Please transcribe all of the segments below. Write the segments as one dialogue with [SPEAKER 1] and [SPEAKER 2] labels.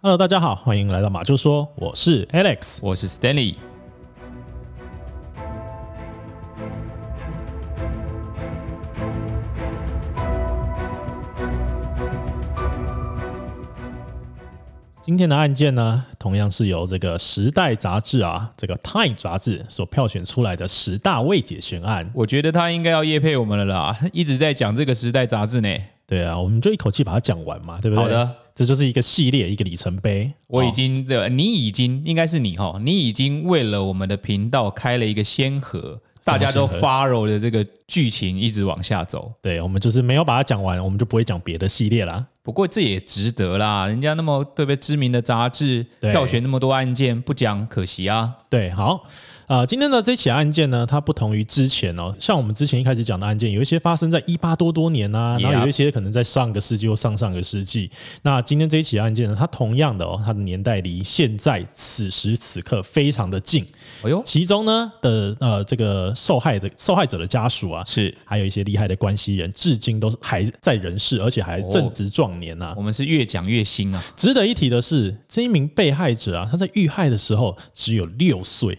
[SPEAKER 1] Hello，大家好，欢迎来到马就说，我是 Alex。
[SPEAKER 2] 我是 Stanley。
[SPEAKER 1] 今天的案件呢，同样是由这个《时代》杂志啊，这个《Time》杂志所票选出来的十大未解悬案。
[SPEAKER 2] 我觉得他应该要业配我们了啦， 一直在讲这个时代杂志呢。
[SPEAKER 1] 对啊，我们就一口气把它讲完嘛，对不对？
[SPEAKER 2] 好的，
[SPEAKER 1] 这就是一个系列，一个里程碑。
[SPEAKER 2] 我已
[SPEAKER 1] 哦
[SPEAKER 2] 经对吧，你已经应该是你哈，你已经为了我们的频道开了一个先河，大家都
[SPEAKER 1] 先河
[SPEAKER 2] follow 的这个剧情一直往下走。
[SPEAKER 1] 对我们就是没有把它讲完，我们就不会讲别的系列啦。
[SPEAKER 2] 不过这也值得啦，人家那么特别知名的杂志
[SPEAKER 1] 对
[SPEAKER 2] 票选那么多案件，不讲可惜啊。
[SPEAKER 1] 对，好，呃，今天的这起案件呢，它不同于之前哦，像我们之前一开始讲的案件，有一些发生在一八多多年啊，然后
[SPEAKER 2] Yeah
[SPEAKER 1] 有一些可能在上个世纪或上上个世纪。那今天这一起案件呢，它同样的哦，它的年代离现在此时此刻非常的近，
[SPEAKER 2] 哎呦，
[SPEAKER 1] 其中呢的呃这个受害的受害者的家属啊，
[SPEAKER 2] 是
[SPEAKER 1] 还有一些厉害的关系人，至今都是还在人世，而且还
[SPEAKER 2] 哦
[SPEAKER 1] 正值壮年啊。
[SPEAKER 2] 我们是越讲越新啊。
[SPEAKER 1] 值得一提的是，这一名被害者啊，他在遇害的时候只有六岁，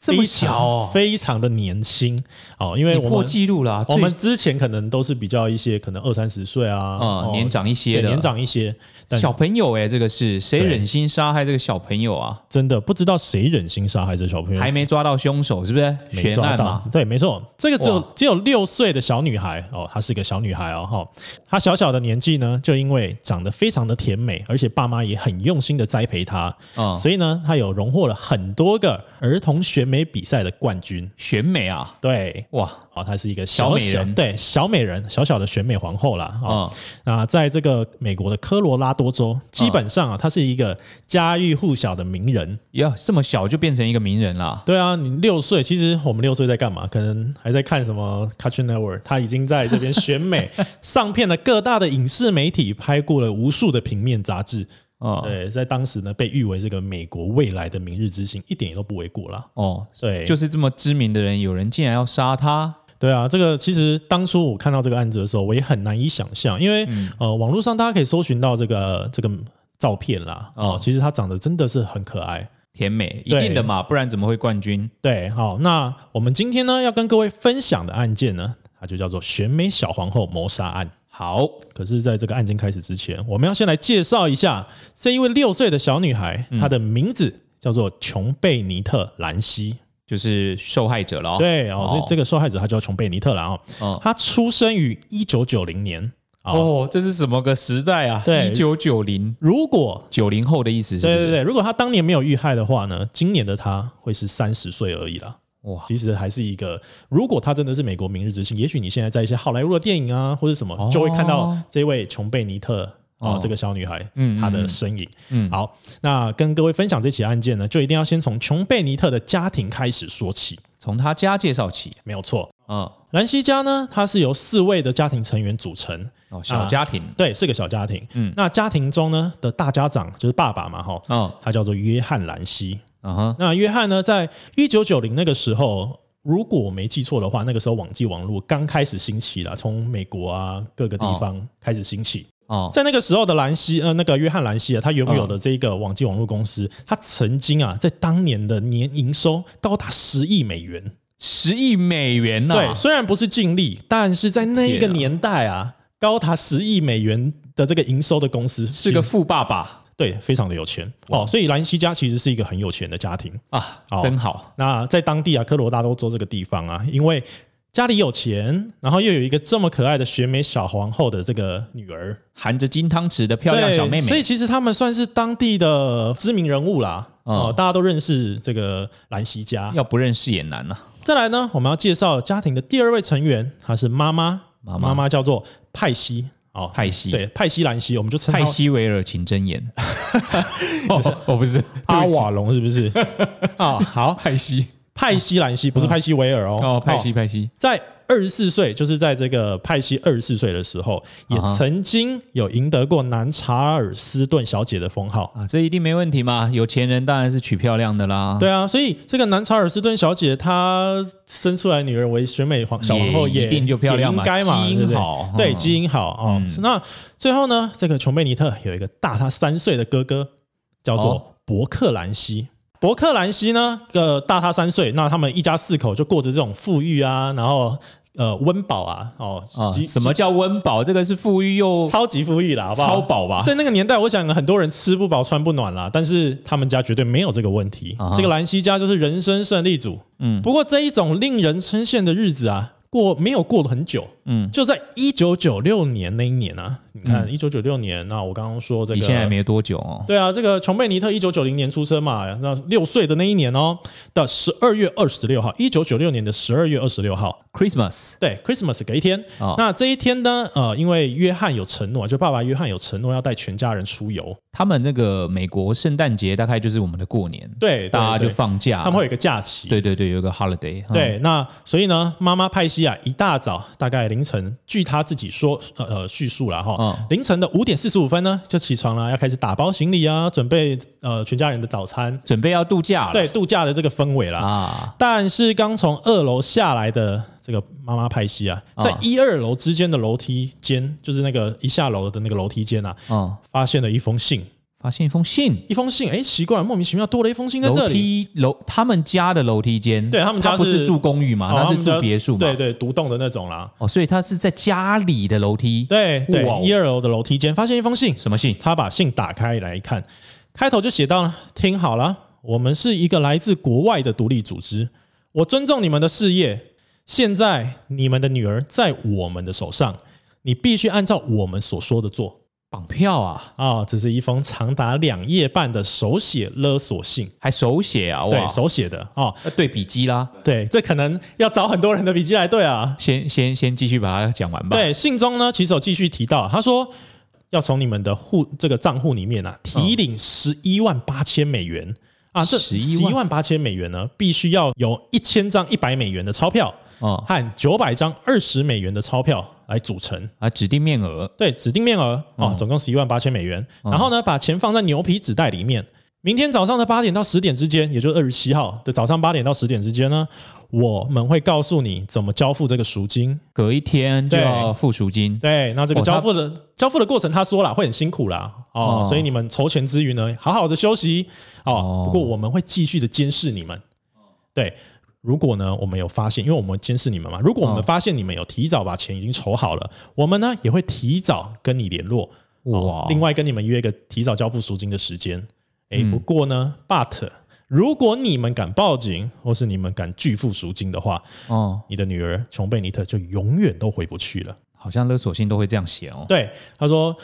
[SPEAKER 2] 这么小哦，
[SPEAKER 1] 非常的年轻哦。因为
[SPEAKER 2] 你
[SPEAKER 1] 我
[SPEAKER 2] 破
[SPEAKER 1] 们
[SPEAKER 2] 纪录啦！
[SPEAKER 1] 我
[SPEAKER 2] 最
[SPEAKER 1] 们之前可能都是比较一些可能二三十岁啊，
[SPEAKER 2] 呃
[SPEAKER 1] 哦
[SPEAKER 2] 年长一些
[SPEAKER 1] 对
[SPEAKER 2] 的
[SPEAKER 1] 年长一些，但
[SPEAKER 2] 小朋友哎、这个是谁
[SPEAKER 1] 对
[SPEAKER 2] 忍心杀害这个小朋友啊？
[SPEAKER 1] 真的不知道谁忍心杀害这小朋友，
[SPEAKER 2] 还没抓到凶手是不是？
[SPEAKER 1] 没
[SPEAKER 2] 悬
[SPEAKER 1] 抓
[SPEAKER 2] 案
[SPEAKER 1] 到
[SPEAKER 2] 嘛，。
[SPEAKER 1] 对，没错，这个只有
[SPEAKER 2] 哇
[SPEAKER 1] 只有六岁的小女孩哦，她是个小女孩哦，哈、她小小的年纪呢，就因为长得非常的甜美，而且爸妈也很用心的栽培她，
[SPEAKER 2] 嗯，
[SPEAKER 1] 所以呢，她有荣获了很多个儿童选美比赛的冠军。
[SPEAKER 2] 选美啊，
[SPEAKER 1] 对，
[SPEAKER 2] 哇，
[SPEAKER 1] 哦，她是一个
[SPEAKER 2] 小
[SPEAKER 1] 小
[SPEAKER 2] 美人
[SPEAKER 1] 对小美人，小小的选美皇后啦。哦，
[SPEAKER 2] 嗯，
[SPEAKER 1] 那在这个美国的科罗拉多州，基本上啊，
[SPEAKER 2] 嗯
[SPEAKER 1] 她是一个家喻户晓的名人。
[SPEAKER 2] 呀，这么小就变成一个名人啦，
[SPEAKER 1] 对啊，你六岁，其实我们六岁在干嘛？可能还在看什么 Cartoon Network，他已经在这边选 美，上片了各大的影视媒体，拍过了无数的平面杂志。
[SPEAKER 2] 嗯，
[SPEAKER 1] 对，在当时呢，被誉为这个美国未来的明日之星，一点也都不为过啦。
[SPEAKER 2] 哦，
[SPEAKER 1] 对，
[SPEAKER 2] 就是这么知名的人，有人竟然要杀他，
[SPEAKER 1] 对啊，这个其实当初我看到这个案子的时候，我也很难以想象，因为、呃，网络上大家可以搜寻到这个这个照片啦。哦，
[SPEAKER 2] 哦
[SPEAKER 1] 其实他长得真的是很可爱。
[SPEAKER 2] 甜美，一
[SPEAKER 1] 对
[SPEAKER 2] 定的嘛，不然怎么会冠军？
[SPEAKER 1] 对，好，那我们今天呢要跟各位分享的案件呢，它就叫做选美小皇后谋杀案。
[SPEAKER 2] 好，
[SPEAKER 1] 可是，在这个案件开始之前，我们要先来介绍一下这一位六岁的小女孩，她的名字叫做琼贝尼特·兰西。
[SPEAKER 2] 就是受害者了，，
[SPEAKER 1] 对哦，所以
[SPEAKER 2] 哦
[SPEAKER 1] 这个受害者她叫琼贝尼特啦哦，
[SPEAKER 2] 嗯，
[SPEAKER 1] 她出生于一九九零年。哦，
[SPEAKER 2] 哦，这是什么个时代啊？
[SPEAKER 1] 对
[SPEAKER 2] 一九九零，
[SPEAKER 1] 如果
[SPEAKER 2] 九零后的意思是不
[SPEAKER 1] 对
[SPEAKER 2] 是，
[SPEAKER 1] 对对，如果她当年没有遇害的话呢，今年的她会是三十岁而已啦。
[SPEAKER 2] 对，哇，
[SPEAKER 1] 其实还是一个，如果他真的是美国明日之星，也许你现在在一些好莱坞的电影啊，或者什么，
[SPEAKER 2] 哦
[SPEAKER 1] 就会看到这位琼贝尼特啊、
[SPEAKER 2] 哦
[SPEAKER 1] 这个小女孩，
[SPEAKER 2] 嗯
[SPEAKER 1] 她的
[SPEAKER 2] 嗯
[SPEAKER 1] 身影。
[SPEAKER 2] 嗯
[SPEAKER 1] 好，那跟各位分享这起案件呢，就一定要先从琼贝尼特的家庭开始说起，
[SPEAKER 2] 从他家介绍起，
[SPEAKER 1] 没有错。
[SPEAKER 2] 嗯，
[SPEAKER 1] 兰西家呢，它是由四位的家庭成员组成，
[SPEAKER 2] 哦，小
[SPEAKER 1] 啊
[SPEAKER 2] 家庭，
[SPEAKER 1] 对，是个小家庭。
[SPEAKER 2] 嗯
[SPEAKER 1] 那家庭中呢的大家长就是爸爸嘛，哈，
[SPEAKER 2] 嗯，
[SPEAKER 1] 他叫做约翰兰西。
[SPEAKER 2] 啊哈，
[SPEAKER 1] 那约翰呢，在一九九零那个时候，如果我没记错的话，那个时候网际网络刚开始兴起啦，从美国啊各个地方开始兴起。
[SPEAKER 2] 哦，
[SPEAKER 1] 在那个时候的兰西，呃，那个约翰兰西啊，他拥有
[SPEAKER 2] 嗯
[SPEAKER 1] 的这个网际网络公司，他曾经啊，在当年的年营收高达十亿美元。
[SPEAKER 2] 十亿美元呐、
[SPEAKER 1] 对，虽然不是净利，但是在那一个
[SPEAKER 2] 天啊
[SPEAKER 1] 年代啊，高达十亿美元的这个营收的公司
[SPEAKER 2] 是个富爸爸
[SPEAKER 1] 对非常的有钱哦，所以兰西家其实是一个很有钱的家庭。
[SPEAKER 2] 啊，
[SPEAKER 1] 哦
[SPEAKER 2] 真好，
[SPEAKER 1] 那在当地啊，科罗拉多州这个地方啊，因为家里有钱，然后又有一个这么可爱的选美小皇后的这个女儿，
[SPEAKER 2] 含着金汤匙的漂亮
[SPEAKER 1] 对
[SPEAKER 2] 小妹
[SPEAKER 1] 所以
[SPEAKER 2] 妹，
[SPEAKER 1] 其实他们算是当地的知名人物啦。
[SPEAKER 2] 嗯
[SPEAKER 1] 哦，大家都认识这个兰西家。
[SPEAKER 2] 要不认识也难啊。
[SPEAKER 1] 再来呢，我们要介绍家庭的第二位成员，她是妈妈，
[SPEAKER 2] 妈妈
[SPEAKER 1] 妈妈叫做派西。哦，
[SPEAKER 2] 派西，
[SPEAKER 1] 对，派西兰西，我们就称她
[SPEAKER 2] 泰西维尔情 真言，哦，我不是
[SPEAKER 1] 阿瓦隆，是不是？
[SPEAKER 2] 啊，好，派西，
[SPEAKER 1] 派西兰西不是派西维尔哦，
[SPEAKER 2] 嗯哦，派西，派西，
[SPEAKER 1] 在二十四岁，就是在这个派西二十四岁的时候，也
[SPEAKER 2] 啊哈
[SPEAKER 1] 曾经有赢得过南查尔斯顿小姐的封号。
[SPEAKER 2] 啊，这一定没问题嘛！有钱人当然是娶漂亮的啦。，
[SPEAKER 1] 对啊，所以这个南查尔斯顿小姐她生出来女儿为选美皇小皇后也，
[SPEAKER 2] 也一定就漂亮嘛
[SPEAKER 1] 也应该嘛，
[SPEAKER 2] 基因
[SPEAKER 1] 对不对
[SPEAKER 2] 好
[SPEAKER 1] 对，
[SPEAKER 2] 嗯
[SPEAKER 1] 基因好啊、哦那最后呢，这个琼贝尼特有一个大她三岁的哥哥，叫
[SPEAKER 2] 哦
[SPEAKER 1] 做伯克兰西。伯克兰西呢，呃，大他三岁，那他们一家四口就过着这种富裕啊，然后呃温饱啊，哦，
[SPEAKER 2] 啊
[SPEAKER 1] 极，
[SPEAKER 2] 什么叫温饱？这个是富裕又
[SPEAKER 1] 超啊级富裕啦，好不好？
[SPEAKER 2] 超饱啊吧？
[SPEAKER 1] 在那个年代，我想很多人吃不饱穿不暖啦，但是他们家绝对没有这个问题。
[SPEAKER 2] 啊哈
[SPEAKER 1] 这个兰西家就是人生胜利组。
[SPEAKER 2] 嗯
[SPEAKER 1] 不过这一种令人称羡的日子啊，过没有过了很久。
[SPEAKER 2] 嗯，
[SPEAKER 1] 就在一九九六年那一年啊，你看一九九六年，那我刚刚说这个，
[SPEAKER 2] 你现在没多久哦。
[SPEAKER 1] 对啊，这个琼贝尼特一九九零年出生嘛，那六岁的那一年哦的十二月二十六号，一九九六年的十二月二十六号，
[SPEAKER 2] Christmas
[SPEAKER 1] 对，Christmas 隔一天。
[SPEAKER 2] 哦
[SPEAKER 1] 那这一天呢，呃，因为约翰有承诺，就爸爸约翰有承诺要带全家人出游，
[SPEAKER 2] 他们那个美国圣诞节大概就是我们的过年，
[SPEAKER 1] 对，
[SPEAKER 2] 大家
[SPEAKER 1] 对
[SPEAKER 2] 就
[SPEAKER 1] 对
[SPEAKER 2] 放假，
[SPEAKER 1] 他们会有一个假期。
[SPEAKER 2] 对对对，有一个 holiday，嗯
[SPEAKER 1] 对，那所以呢，妈妈派西啊，一大早大概凌晨，据她自己说，呃呃叙述了哈，
[SPEAKER 2] 嗯
[SPEAKER 1] 凌晨的五点四十五分呢就起床了，要开始打包行李啊，准备呃全家人的早餐，
[SPEAKER 2] 准备要度假了，
[SPEAKER 1] 对度假的这个氛围啦。
[SPEAKER 2] 啊，
[SPEAKER 1] 但是刚从二楼下来的这个妈妈派西啊，
[SPEAKER 2] 啊
[SPEAKER 1] 在一二楼之间的楼梯间，就是那个一下楼的那个楼梯间啊，
[SPEAKER 2] 嗯，
[SPEAKER 1] 发现了一封信，
[SPEAKER 2] 发现一封信，
[SPEAKER 1] 一封信，哎，奇怪，莫名其妙多了一封信在这
[SPEAKER 2] 楼
[SPEAKER 1] 里。
[SPEAKER 2] 梯楼他们家的楼梯间，
[SPEAKER 1] 对他们家
[SPEAKER 2] 不
[SPEAKER 1] 是
[SPEAKER 2] 是住公寓嘛，
[SPEAKER 1] 哦
[SPEAKER 2] 他
[SPEAKER 1] 们
[SPEAKER 2] 啊是
[SPEAKER 1] 家
[SPEAKER 2] 住别墅嘛，
[SPEAKER 1] 对对，独栋的那种啦。
[SPEAKER 2] 哦，所以他是在家里的楼梯，，
[SPEAKER 1] 对对
[SPEAKER 2] 哇哦，
[SPEAKER 1] 一二楼的楼梯间发现一封信，
[SPEAKER 2] 什么信？
[SPEAKER 1] 他把信打开来一看，开头就写到了：“听好了，我们是一个来自国外的独立组织，我尊重你们的事业。现在你们的女儿在我们的手上，你必须按照我们所说的做。”
[SPEAKER 2] 绑票啊，
[SPEAKER 1] 啊、这是一封长达两页半的手写勒索信，
[SPEAKER 2] 还手写啊，哇
[SPEAKER 1] 对，，手写的哦，
[SPEAKER 2] 要对笔记啦，
[SPEAKER 1] 对，这可能要找很多人的笔记来对啊。
[SPEAKER 2] 先先先继续把它讲完吧。，
[SPEAKER 1] 对，信中呢，其实有继续提到，他说要从你们的户这个账户里面啊，提领十一万八千美元啊，这十一
[SPEAKER 2] 11
[SPEAKER 1] 万八千美元呢，必须要有一千张一百美元的钞票
[SPEAKER 2] 哦、
[SPEAKER 1] 和九百张二十美元的钞票来组成。
[SPEAKER 2] 啊，指定面额，
[SPEAKER 1] 对，指定面额哦，总共十一万八千美元。然后呢，把钱放在牛皮纸袋里面。明天早上的八点到十点之间，也就是二十七号的早上八点到十点之间呢，我们会告诉你怎么交付这个赎金。
[SPEAKER 2] 隔一天就
[SPEAKER 1] 对
[SPEAKER 2] 要付赎金。
[SPEAKER 1] 对，那这个
[SPEAKER 2] 哦
[SPEAKER 1] 交
[SPEAKER 2] 他
[SPEAKER 1] 付的、交付的过程，他说了会很辛苦啦，哦，
[SPEAKER 2] 哦
[SPEAKER 1] 所以你们筹钱之余呢，好好的休息哦。
[SPEAKER 2] 哦
[SPEAKER 1] 不过我们会继续的监视你们，对。如果呢，我们有发现，因为我们监视你们嘛，如果我们
[SPEAKER 2] 哦
[SPEAKER 1] 发现你们有提早把钱已经筹好了，我们呢也会提早跟你联络，
[SPEAKER 2] 哇，
[SPEAKER 1] 哦另外跟你们约一个提早交付赎金的时间。诶，
[SPEAKER 2] 嗯
[SPEAKER 1] 不过呢，but 如果你们敢报警，或是你们敢拒付赎金的话，
[SPEAKER 2] 哦，
[SPEAKER 1] 你的女儿琼贝尼特就永远都回不去了。
[SPEAKER 2] 好像勒索信都会这样写哦。
[SPEAKER 1] 对，他说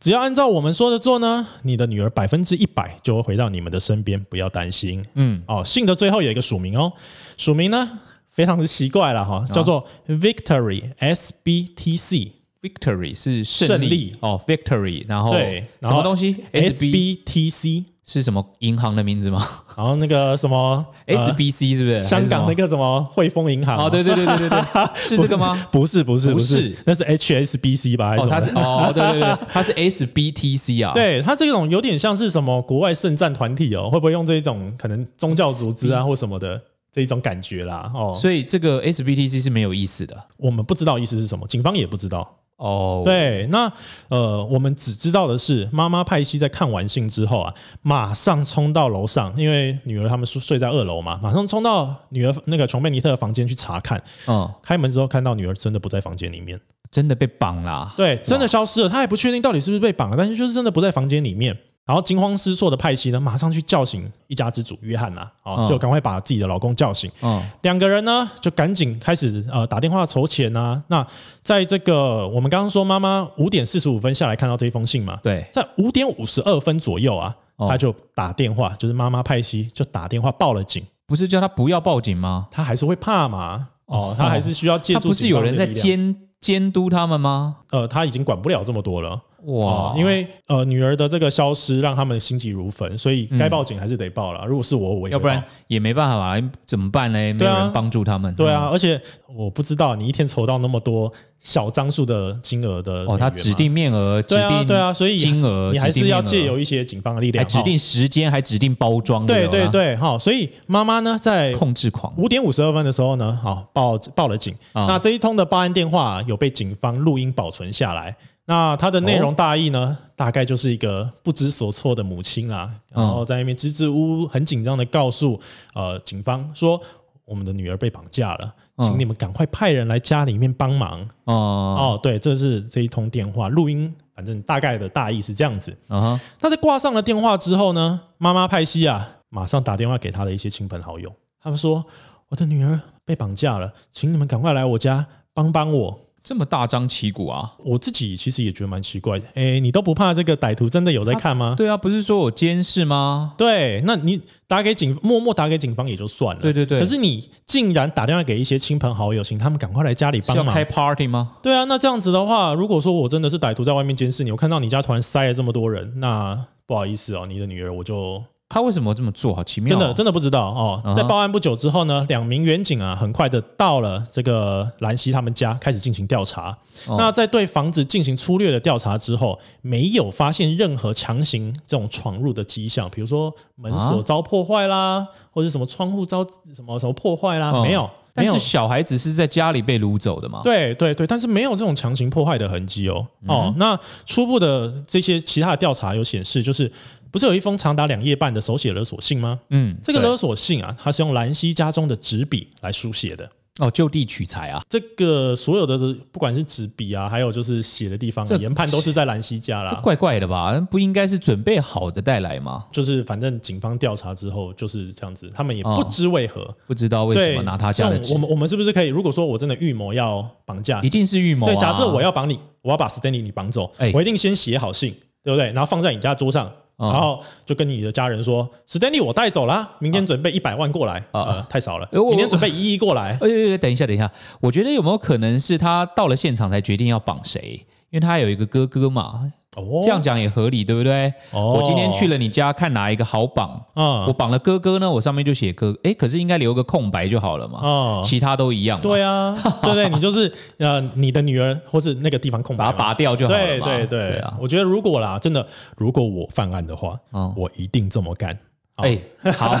[SPEAKER 1] 只要按照我们说的做呢，你的女儿百分之一百就会回到你们的身边，不要担心。
[SPEAKER 2] 嗯，
[SPEAKER 1] 哦，信的最后有一个署名哦，署名呢非常的奇怪了
[SPEAKER 2] 啊
[SPEAKER 1] 哈，叫做 Victory S B T C
[SPEAKER 2] Victory 是
[SPEAKER 1] 胜
[SPEAKER 2] 胜
[SPEAKER 1] 利
[SPEAKER 2] 哦，Victory，然后
[SPEAKER 1] 对然
[SPEAKER 2] 什
[SPEAKER 1] 后
[SPEAKER 2] 么东西
[SPEAKER 1] S
[SPEAKER 2] ？SB
[SPEAKER 1] B T C，
[SPEAKER 2] 是什么银行的名字吗
[SPEAKER 1] 然后那个什么、呃
[SPEAKER 2] ？SBC 是不是？
[SPEAKER 1] 香港那
[SPEAKER 2] 还是什么
[SPEAKER 1] 个什么汇丰银行啊
[SPEAKER 2] 哦，对对对 对对对，是这个吗？
[SPEAKER 1] 不是不是
[SPEAKER 2] 不
[SPEAKER 1] 是
[SPEAKER 2] 是
[SPEAKER 1] 那是 HSBC 吧？还是
[SPEAKER 2] 哦，
[SPEAKER 1] 什么
[SPEAKER 2] 它是哦，对对对，它是 SBTC 啊。，
[SPEAKER 1] 对他这种有点像是什么国外圣战团体哦，会不会用这种可能宗教组织啊或什么的这一种感觉啦？哦，
[SPEAKER 2] 嗯所以这个 SBTC 是没有意思的
[SPEAKER 1] 我们不知道意思是什么，警方也不知道。
[SPEAKER 2] 哦。，
[SPEAKER 1] 对，那呃，我们只知道的是，妈妈派西在看完信之后啊，马上冲到楼上，因为女儿他们睡睡在二楼嘛，马上冲到女儿那个琼贝尼特的房间去查看。
[SPEAKER 2] 嗯，
[SPEAKER 1] 开门之后，看到女儿真的不在房间里面，
[SPEAKER 2] 真的被绑啊啦。
[SPEAKER 1] 对，真的消失了。他也不确定到底是不是被绑了，但是就是真的不在房间里面。然后惊慌失措的派西呢，马上去叫醒一家之主约翰呐、啊，哦，
[SPEAKER 2] 嗯
[SPEAKER 1] 就赶快把自己的老公叫醒。
[SPEAKER 2] 嗯，
[SPEAKER 1] 两个人呢，就赶紧开始呃打电话筹钱啊。那在这个我们刚刚说妈妈五点四十五分下来看到这一封信嘛，
[SPEAKER 2] 对，
[SPEAKER 1] 在五点五十二分左右啊，
[SPEAKER 2] 哦
[SPEAKER 1] 他就打电话，就是妈妈派西就打电话报了警，
[SPEAKER 2] 不是叫他不要报警吗？
[SPEAKER 1] 他还是会怕嘛，哦
[SPEAKER 2] 哦，
[SPEAKER 1] 他还是需要借
[SPEAKER 2] 他
[SPEAKER 1] 助
[SPEAKER 2] 不是有人在
[SPEAKER 1] 警方的力量，
[SPEAKER 2] 监监督他们吗？
[SPEAKER 1] 呃，他已经管不了这么多了，哦
[SPEAKER 2] 哇，
[SPEAKER 1] 因为呃女儿的这个消失让他们心急如焚，所以该报警还是得报了。如果是我，我也会
[SPEAKER 2] 嗯要不然
[SPEAKER 1] 报
[SPEAKER 2] 也没办法啦，怎么办呢？没
[SPEAKER 1] 啊对
[SPEAKER 2] 有
[SPEAKER 1] 啊
[SPEAKER 2] 人帮助他们。
[SPEAKER 1] 对啊，而且我不知道你一天筹到那么多小张数的金额的
[SPEAKER 2] 嗯，哦，他
[SPEAKER 1] 美元嘛
[SPEAKER 2] 指定面额，指
[SPEAKER 1] 对啊
[SPEAKER 2] 定
[SPEAKER 1] 对啊所以
[SPEAKER 2] 金额，
[SPEAKER 1] 你还
[SPEAKER 2] 指定
[SPEAKER 1] 是要
[SPEAKER 2] 面额
[SPEAKER 1] 借由一些警方的力量，
[SPEAKER 2] 还指
[SPEAKER 1] 哈
[SPEAKER 2] 定时间，还指定包装，
[SPEAKER 1] 对对
[SPEAKER 2] 吧，
[SPEAKER 1] 对哈、所以妈妈呢在
[SPEAKER 2] 控制狂，
[SPEAKER 1] 五点五十二分的时候呢，好、报报了警。
[SPEAKER 2] 啊
[SPEAKER 1] 那这一通的报案电话有被警方录音保存下来。那它的内
[SPEAKER 2] 哦
[SPEAKER 1] 容大意呢，大概就是一个不知所措的母亲啦，
[SPEAKER 2] 嗯
[SPEAKER 1] 然后在那边支支吾吾、很紧张的告诉呃警方说，我们的女儿被绑架了，
[SPEAKER 2] 嗯
[SPEAKER 1] 请你们赶快派人来家里面帮忙。
[SPEAKER 2] 哦，
[SPEAKER 1] 哦，对，这是这一通电话录音，反正大概的大意是这样子。
[SPEAKER 2] 嗯哼，
[SPEAKER 1] 但是挂上了电话之后呢，妈妈派西亚马上打电话给她的一些亲朋好友，他们说我的女儿被绑架了，请你们赶快来我家帮帮我。
[SPEAKER 2] 这么大张旗鼓啊？
[SPEAKER 1] 我自己其实也觉得蛮奇怪的，哎，你都不怕这个歹徒真的有在看吗？
[SPEAKER 2] 对啊，不是说我监视吗？
[SPEAKER 1] 对，那你打给警，默默打给警方也就算了。
[SPEAKER 2] 对对对
[SPEAKER 1] 可是你竟然打电话给一些亲朋好友，请他们赶快来家里
[SPEAKER 2] 是要
[SPEAKER 1] 帮忙
[SPEAKER 2] 开。party 吗？
[SPEAKER 1] 对啊，那这样子的话，如果说我真的是歹徒在外面监视你，我看到你家突然塞了这么多人，那不好意思哦，你的女儿我就
[SPEAKER 2] 他为什么这么做？好奇妙
[SPEAKER 1] 真
[SPEAKER 2] 哦，
[SPEAKER 1] 的真的不知道哦。在
[SPEAKER 2] 嗯哼
[SPEAKER 1] 报案不久之后呢，两名员警啊，很快的到了这个兰溪他们家，开始进行调查。
[SPEAKER 2] 哦
[SPEAKER 1] 那在对房子进行粗略的调查之后，没有发现任何强行这种闯入的迹象，比如说门锁
[SPEAKER 2] 啊
[SPEAKER 1] 遭破坏啦，或者什么窗户遭什么什么破坏啦，
[SPEAKER 2] 嗯
[SPEAKER 1] 没有，
[SPEAKER 2] 但
[SPEAKER 1] 没有
[SPEAKER 2] 是。小孩子是在家里被掳走的嘛？
[SPEAKER 1] 对对对，但是没有这种强行破坏的痕迹哦。
[SPEAKER 2] 嗯
[SPEAKER 1] 哦，那初步的这些其他的调查有显示，就是不是有一封长达两页半的手写勒索信吗？
[SPEAKER 2] 嗯，
[SPEAKER 1] 这个
[SPEAKER 2] 对
[SPEAKER 1] 勒索信啊，它是用兰溪家中的纸笔来书写的。
[SPEAKER 2] 哦，就地取材啊，
[SPEAKER 1] 这个所有的不管是纸笔啊，还有就是写的地方、啊，
[SPEAKER 2] 这
[SPEAKER 1] 研判都是在兰溪家
[SPEAKER 2] 这
[SPEAKER 1] 啦。
[SPEAKER 2] 怪怪的吧？不应该是准备好的带来吗？
[SPEAKER 1] 就是反正警方调查之后就是这样子，他们也不
[SPEAKER 2] 哦
[SPEAKER 1] 知为何。
[SPEAKER 2] 不知道为
[SPEAKER 1] 对，
[SPEAKER 2] 什么拿他家的
[SPEAKER 1] 像
[SPEAKER 2] 纸
[SPEAKER 1] 我，们我们是不是可以？如果说我真的预谋要绑架
[SPEAKER 2] 一，定是预谋啊。
[SPEAKER 1] 对，假设我要绑你，我要把 Stanley 你绑走，
[SPEAKER 2] 哎
[SPEAKER 1] 我一定先写好信，对不对？然后放在你家桌上，
[SPEAKER 2] 嗯
[SPEAKER 1] 然后就跟你的家人说，Stanley 我带走啦，明天准备一百万过来，
[SPEAKER 2] 啊
[SPEAKER 1] 呃，太少了，
[SPEAKER 2] 哎我
[SPEAKER 1] 明天准备一亿过来。
[SPEAKER 2] 哎，哎哎等一下，等一下，我觉得有没有可能是他到了现场才决定要绑谁？因为他有一个哥哥嘛，
[SPEAKER 1] 哦，
[SPEAKER 2] 这样讲也合理，对不对？
[SPEAKER 1] 哦
[SPEAKER 2] 我今天去了你家，看哪一个好绑，
[SPEAKER 1] 啊
[SPEAKER 2] 我绑了哥哥呢，我上面就写哥，哎，可是应该留个空白就好了嘛，
[SPEAKER 1] 啊，
[SPEAKER 2] 其他都一样嘛，
[SPEAKER 1] 对 啊，对不对？你就是呃，你的女儿或是那个地方空白
[SPEAKER 2] 把
[SPEAKER 1] 嘛，
[SPEAKER 2] 它拔掉就好了
[SPEAKER 1] 对
[SPEAKER 2] 嘛，
[SPEAKER 1] 对
[SPEAKER 2] 对
[SPEAKER 1] 对
[SPEAKER 2] 啊，
[SPEAKER 1] 我觉得如果啦，真的，如果我犯案的话，
[SPEAKER 2] 嗯，
[SPEAKER 1] 我一定这么干。好
[SPEAKER 2] 哎，好，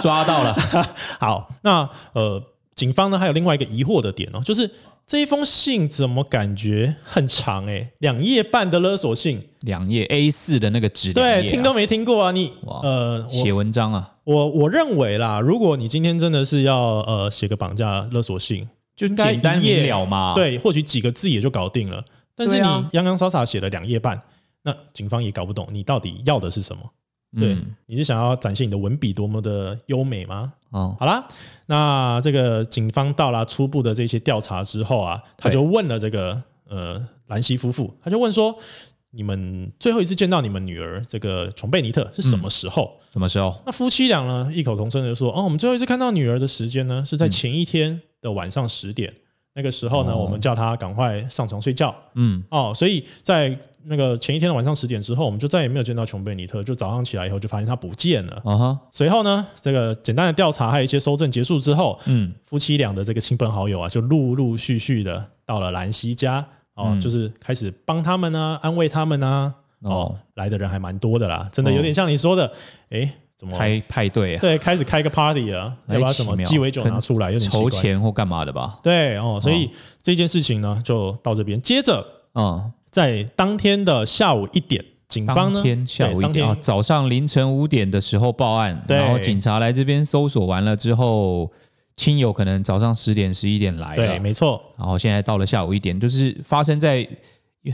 [SPEAKER 2] 抓到了，
[SPEAKER 1] 好，那呃，警方呢还有另外一个疑惑的点哦，就是这一封信怎么感觉很长诶、两页半的勒索信，
[SPEAKER 2] 两页啊 A 四的那个纸两页啊，
[SPEAKER 1] 对，听都没听过啊，你
[SPEAKER 2] 哇
[SPEAKER 1] 呃，我
[SPEAKER 2] 写文章啊，
[SPEAKER 1] 我我认为啦，如果你今天真的是要呃写个绑架勒索信，
[SPEAKER 2] 就
[SPEAKER 1] 应该
[SPEAKER 2] 简单
[SPEAKER 1] 一页
[SPEAKER 2] 明了嘛，，
[SPEAKER 1] 对，或许几个字也就搞定了。但是
[SPEAKER 2] 对
[SPEAKER 1] 你
[SPEAKER 2] 啊
[SPEAKER 1] 洋洋洒洒写了两页半，那警方也搞不懂你到底要的是什么。对，
[SPEAKER 2] 嗯，
[SPEAKER 1] 你是想要展现你的文笔多么的优美吗？
[SPEAKER 2] 哦，
[SPEAKER 1] 好啦，那这个警方到了初步的这些调查之后啊，他就问了这个呃兰西夫妇，他就问说：你们最后一次见到你们女儿这个琼贝尼特是什么时候？
[SPEAKER 2] 什么时候？
[SPEAKER 1] 那夫妻俩呢，异口同声的说：“哦，我们最后一次看到女儿的时间呢，是在前一天的晚上十点。那个时候呢，
[SPEAKER 2] 哦
[SPEAKER 1] 我们叫她赶快上床睡觉
[SPEAKER 2] 嗯，
[SPEAKER 1] 哦。所以在那个前一天的晚上十点之后，我们就再也没有见到琼贝尼特。就早上起来以后，就发现她不见了。
[SPEAKER 2] 啊哈，
[SPEAKER 1] 随后呢，这个简单的调查还有一些搜证结束之后，
[SPEAKER 2] 嗯，
[SPEAKER 1] 夫妻俩的这个亲朋好友啊，就陆陆续续的到了兰溪家哦，
[SPEAKER 2] 嗯
[SPEAKER 1] 就是开始帮他们啊，安慰他们啊。哦
[SPEAKER 2] 哦，，
[SPEAKER 1] 来的人还蛮多的啦，真的有点像你说的，哎、怎么
[SPEAKER 2] 开派对啊，
[SPEAKER 1] 对，开始开个 party 了，
[SPEAKER 2] 哎
[SPEAKER 1] 要把什么
[SPEAKER 2] 奇妙
[SPEAKER 1] 鸡尾酒拿出来，有点奇
[SPEAKER 2] 筹
[SPEAKER 1] 怪。
[SPEAKER 2] 钱或干嘛的吧？
[SPEAKER 1] 对哦，所以这件事情呢就到这边。接着
[SPEAKER 2] 嗯，
[SPEAKER 1] 在当天的下午一点，警方呢
[SPEAKER 2] 当天下午
[SPEAKER 1] 对
[SPEAKER 2] 一
[SPEAKER 1] 当
[SPEAKER 2] 点啊，
[SPEAKER 1] 天
[SPEAKER 2] 早上凌晨五点的时候报案，
[SPEAKER 1] 对
[SPEAKER 2] 然后警察来这边搜索完了之后，亲友可能早上十点十一点来
[SPEAKER 1] 对，
[SPEAKER 2] 了，
[SPEAKER 1] 没错，
[SPEAKER 2] 然后现在到了下午一点，就是发生在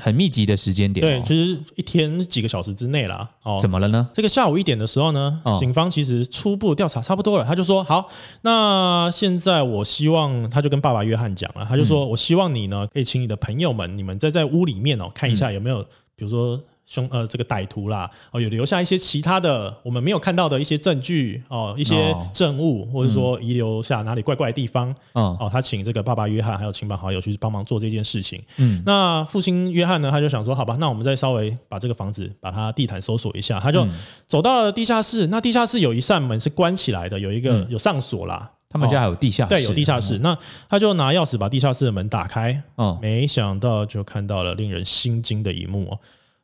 [SPEAKER 2] 很密集的时间点
[SPEAKER 1] 对，
[SPEAKER 2] 哦。
[SPEAKER 1] 其实一天几个小时之内啦。哦，
[SPEAKER 2] 怎么了呢？
[SPEAKER 1] 这个下午一点的时候呢
[SPEAKER 2] 哦，
[SPEAKER 1] 警方其实初步调查差不多了，他就说好，那现在我希望他就跟爸爸约翰讲了，
[SPEAKER 2] 嗯嗯
[SPEAKER 1] 他就说我希望你呢可以请你的朋友们，你们再在屋里面哦看一下有没有，比如说凶呃这个歹徒啦，哦，有留下一些其他的我们没有看到的一些证据哦，一些
[SPEAKER 2] 哦
[SPEAKER 1] 证物，或者说遗留下哪里怪怪的地方
[SPEAKER 2] 嗯
[SPEAKER 1] 哦，他请这个爸爸约翰还有亲朋好友去帮忙做这件事情。
[SPEAKER 2] 嗯
[SPEAKER 1] 那父亲约翰呢，他就想说，好吧，那我们再稍微把这个房子把它地毯搜索一下，他
[SPEAKER 2] 嗯
[SPEAKER 1] 就走到了地下室。那地下室有一扇门是关起来的，有一个、
[SPEAKER 2] 嗯啊
[SPEAKER 1] 有上锁啦。
[SPEAKER 2] 他们
[SPEAKER 1] 哦
[SPEAKER 2] 家还有地下室，
[SPEAKER 1] 对，有地下室。那他就拿钥匙把地下室的门打开，
[SPEAKER 2] 嗯，
[SPEAKER 1] 没想到就看到了令人心惊的一幕哦，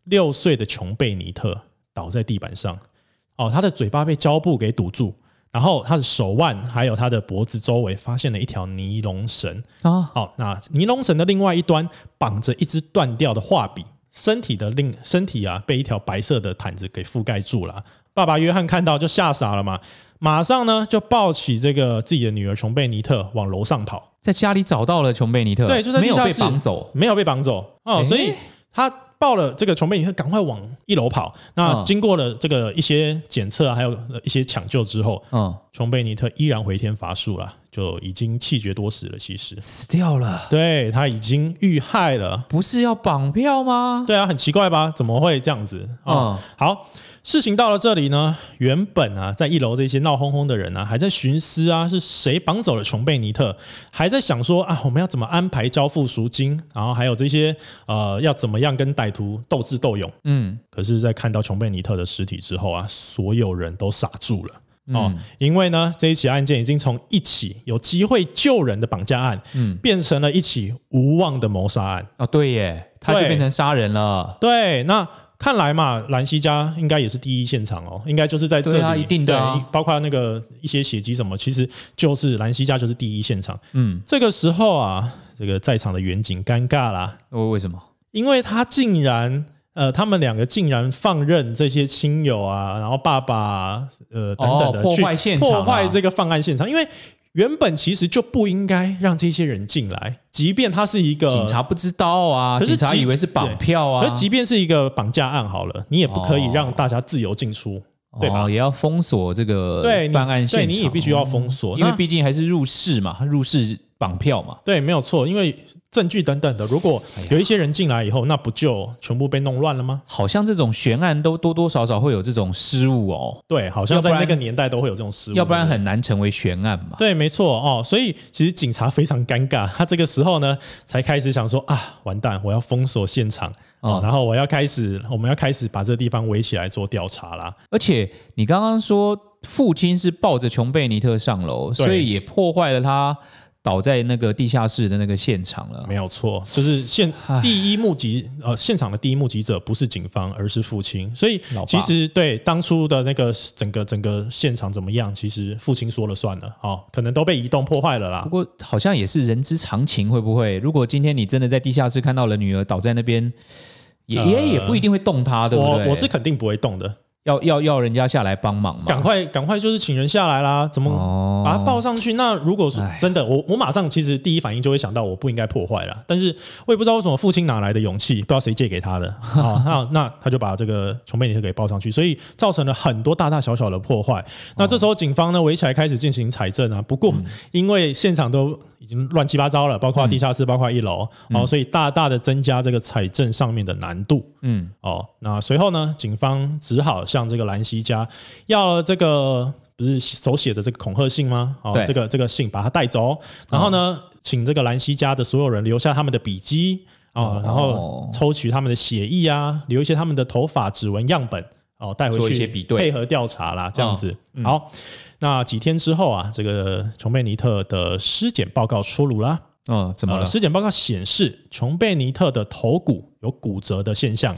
[SPEAKER 1] 六岁的琼贝尼特倒在地板上，哦，他的嘴巴被胶布给堵住，然后他的手腕还有他的脖子周围发现了一条尼龙绳，
[SPEAKER 2] 嗯啊，
[SPEAKER 1] 哦，那尼龙绳的另外一端绑着一支断掉的画笔，身体的另身体啊被一条白色的毯子给覆盖住了啊。爸爸约翰看到就吓傻了嘛，马上呢就抱起这个自己的女儿琼贝尼特往楼上跑。
[SPEAKER 2] 在家里找到了琼贝尼特，
[SPEAKER 1] 对就在地
[SPEAKER 2] 没有
[SPEAKER 1] 下
[SPEAKER 2] 被
[SPEAKER 1] 室
[SPEAKER 2] 绑走，
[SPEAKER 1] 没有被绑走哦，
[SPEAKER 2] 诶
[SPEAKER 1] 所以他抱了这个琼贝尼特，赶快往一楼跑。那
[SPEAKER 2] 嗯
[SPEAKER 1] 经过了这个一些检测啊，还有呃一些抢救之后，
[SPEAKER 2] 嗯，
[SPEAKER 1] 琼贝尼特依然回天乏术了，就已经气绝多时了。其实，
[SPEAKER 2] 死掉了，
[SPEAKER 1] 对他已经遇害了。
[SPEAKER 2] 不是要绑票 吗？
[SPEAKER 1] 对啊，很奇怪吧？怎么会这样子啊？哦
[SPEAKER 2] 嗯
[SPEAKER 1] 好，事情到了这里呢，原本啊，在一楼这些闹哄哄的人啊，还在寻思啊，是谁绑走了琼贝尼特，还在想说啊，我们要怎么安排交付赎金，然后还有这些呃，要怎么样跟歹徒斗智斗勇。
[SPEAKER 2] 嗯
[SPEAKER 1] 可是，在看到琼贝尼特的尸体之后啊，所有人都傻住了。
[SPEAKER 2] 嗯
[SPEAKER 1] 哦，因为呢，这一起案件已经从一起有机会救人的绑架案，
[SPEAKER 2] 嗯，
[SPEAKER 1] 变成了一起无望的谋杀案。
[SPEAKER 2] 哦，对耶，他就
[SPEAKER 1] 对
[SPEAKER 2] 变成杀人了。
[SPEAKER 1] 对，那看来嘛，兰西家应该也是第一现场哦，应该就是在这里，
[SPEAKER 2] 对啊一定的啊
[SPEAKER 1] 对包括那个一些血迹什么，其实就是兰西家就是第一现场。
[SPEAKER 2] 嗯，
[SPEAKER 1] 这个时候啊，这个在场的远景尴尬啦，
[SPEAKER 2] 为为什么？
[SPEAKER 1] 因为他竟然。呃，他们两个竟然放任这些亲友啊，然后爸爸啊、呃等等的、
[SPEAKER 2] 哦破
[SPEAKER 1] 去
[SPEAKER 2] 坏现场啊
[SPEAKER 1] 破坏这个犯案现场，因为原本其实就不应该让这些人进来，即便他是一 个
[SPEAKER 2] 警察不知道啊，
[SPEAKER 1] 可是
[SPEAKER 2] 警察
[SPEAKER 1] 即
[SPEAKER 2] 以为是绑票
[SPEAKER 1] 可
[SPEAKER 2] 啊
[SPEAKER 1] 是，即便是一个绑架案好了，你也不可以
[SPEAKER 2] 哦
[SPEAKER 1] 让大家自由进出，对吧
[SPEAKER 2] 哦，也要封锁这个
[SPEAKER 1] 对你
[SPEAKER 2] 犯案现
[SPEAKER 1] 对
[SPEAKER 2] 场，哦
[SPEAKER 1] 你也必须要封锁，
[SPEAKER 2] 因为
[SPEAKER 1] 那
[SPEAKER 2] 毕竟还是入室嘛，入室绑票嘛。
[SPEAKER 1] 对没有错，因为证据等等的，如果
[SPEAKER 2] 哎
[SPEAKER 1] 有一些人进来以后，那不就全部被弄乱了吗？
[SPEAKER 2] 好像这种悬案都多多少少会有这种失误哦，
[SPEAKER 1] 对，好像
[SPEAKER 2] 要不
[SPEAKER 1] 在
[SPEAKER 2] 然
[SPEAKER 1] 那个年代都会有这种失误，
[SPEAKER 2] 要不然
[SPEAKER 1] 对对
[SPEAKER 2] 很难成为悬案嘛。
[SPEAKER 1] 对，没错哦。所以其实警察非常尴尬， 他这个时候呢，才开始想说啊，完蛋，我要封锁现场哦
[SPEAKER 2] 哦，
[SPEAKER 1] 然后我要开始，我们要开始把这地方围起来做调查啦。
[SPEAKER 2] 而且你刚刚说父亲是抱着琼贝尼特上楼，所以也破坏了他倒在那个地下室的那个现场了。
[SPEAKER 1] 没有错，就是现第一目击呃现场的第一目击者不是警方，而是父亲。所以
[SPEAKER 2] 老爸
[SPEAKER 1] 其实对当初的那个整个整个现场怎么样，其实父亲说了算了，哦，可能都被移动破坏了
[SPEAKER 2] 不
[SPEAKER 1] 啦。
[SPEAKER 2] 过好像也是人之常情，会不会？如果今天你真的在地下室看到了女儿倒在那边，也、
[SPEAKER 1] 呃
[SPEAKER 2] 也也不一定会动她，对不对？
[SPEAKER 1] 我我是肯定不会动的，
[SPEAKER 2] 要要要人家下来帮忙嘛。
[SPEAKER 1] 赶快赶快就是请人下来啦，怎么
[SPEAKER 2] 哦，
[SPEAKER 1] 把它抱上去。那如果说
[SPEAKER 2] 哎
[SPEAKER 1] 真的，我我马上其实第一反应就会想到我不应该破坏了，但是我也不知道为什么父亲哪来的勇气，不知道谁借给他 的啊、那那他就把这个琼贝尼特给抱上去，所以造成了很多大大小小的破坏。那这时候警方呢围起来开始进行采证
[SPEAKER 2] 嗯
[SPEAKER 1] 啊，不过因为现场都已经乱七八糟了，包括地
[SPEAKER 2] 嗯
[SPEAKER 1] 下室，包括一楼哦，所以大大的增加这个采证上面的难度。
[SPEAKER 2] 嗯，
[SPEAKER 1] 哦，那随后呢，警方只好向这个兰西家要了这个不是手写的这个恐吓信吗？哦
[SPEAKER 2] 对，嗯
[SPEAKER 1] 这个这个信把他带走，然后呢，请这个兰西家的所有人留下他们的笔记哦
[SPEAKER 2] 哦，
[SPEAKER 1] 然后抽取他们的血液啊，留一些他们的头发、指纹样本哦，带回
[SPEAKER 2] 做
[SPEAKER 1] 去
[SPEAKER 2] 一些比对嗯
[SPEAKER 1] 配合调查啦，这样子。好，那几天之后啊，这个琼贝尼特的尸检报告出炉啦。
[SPEAKER 2] 嗯，怎么了
[SPEAKER 1] 呃？尸检报告显示，琼贝尼特的头骨有骨折的现象，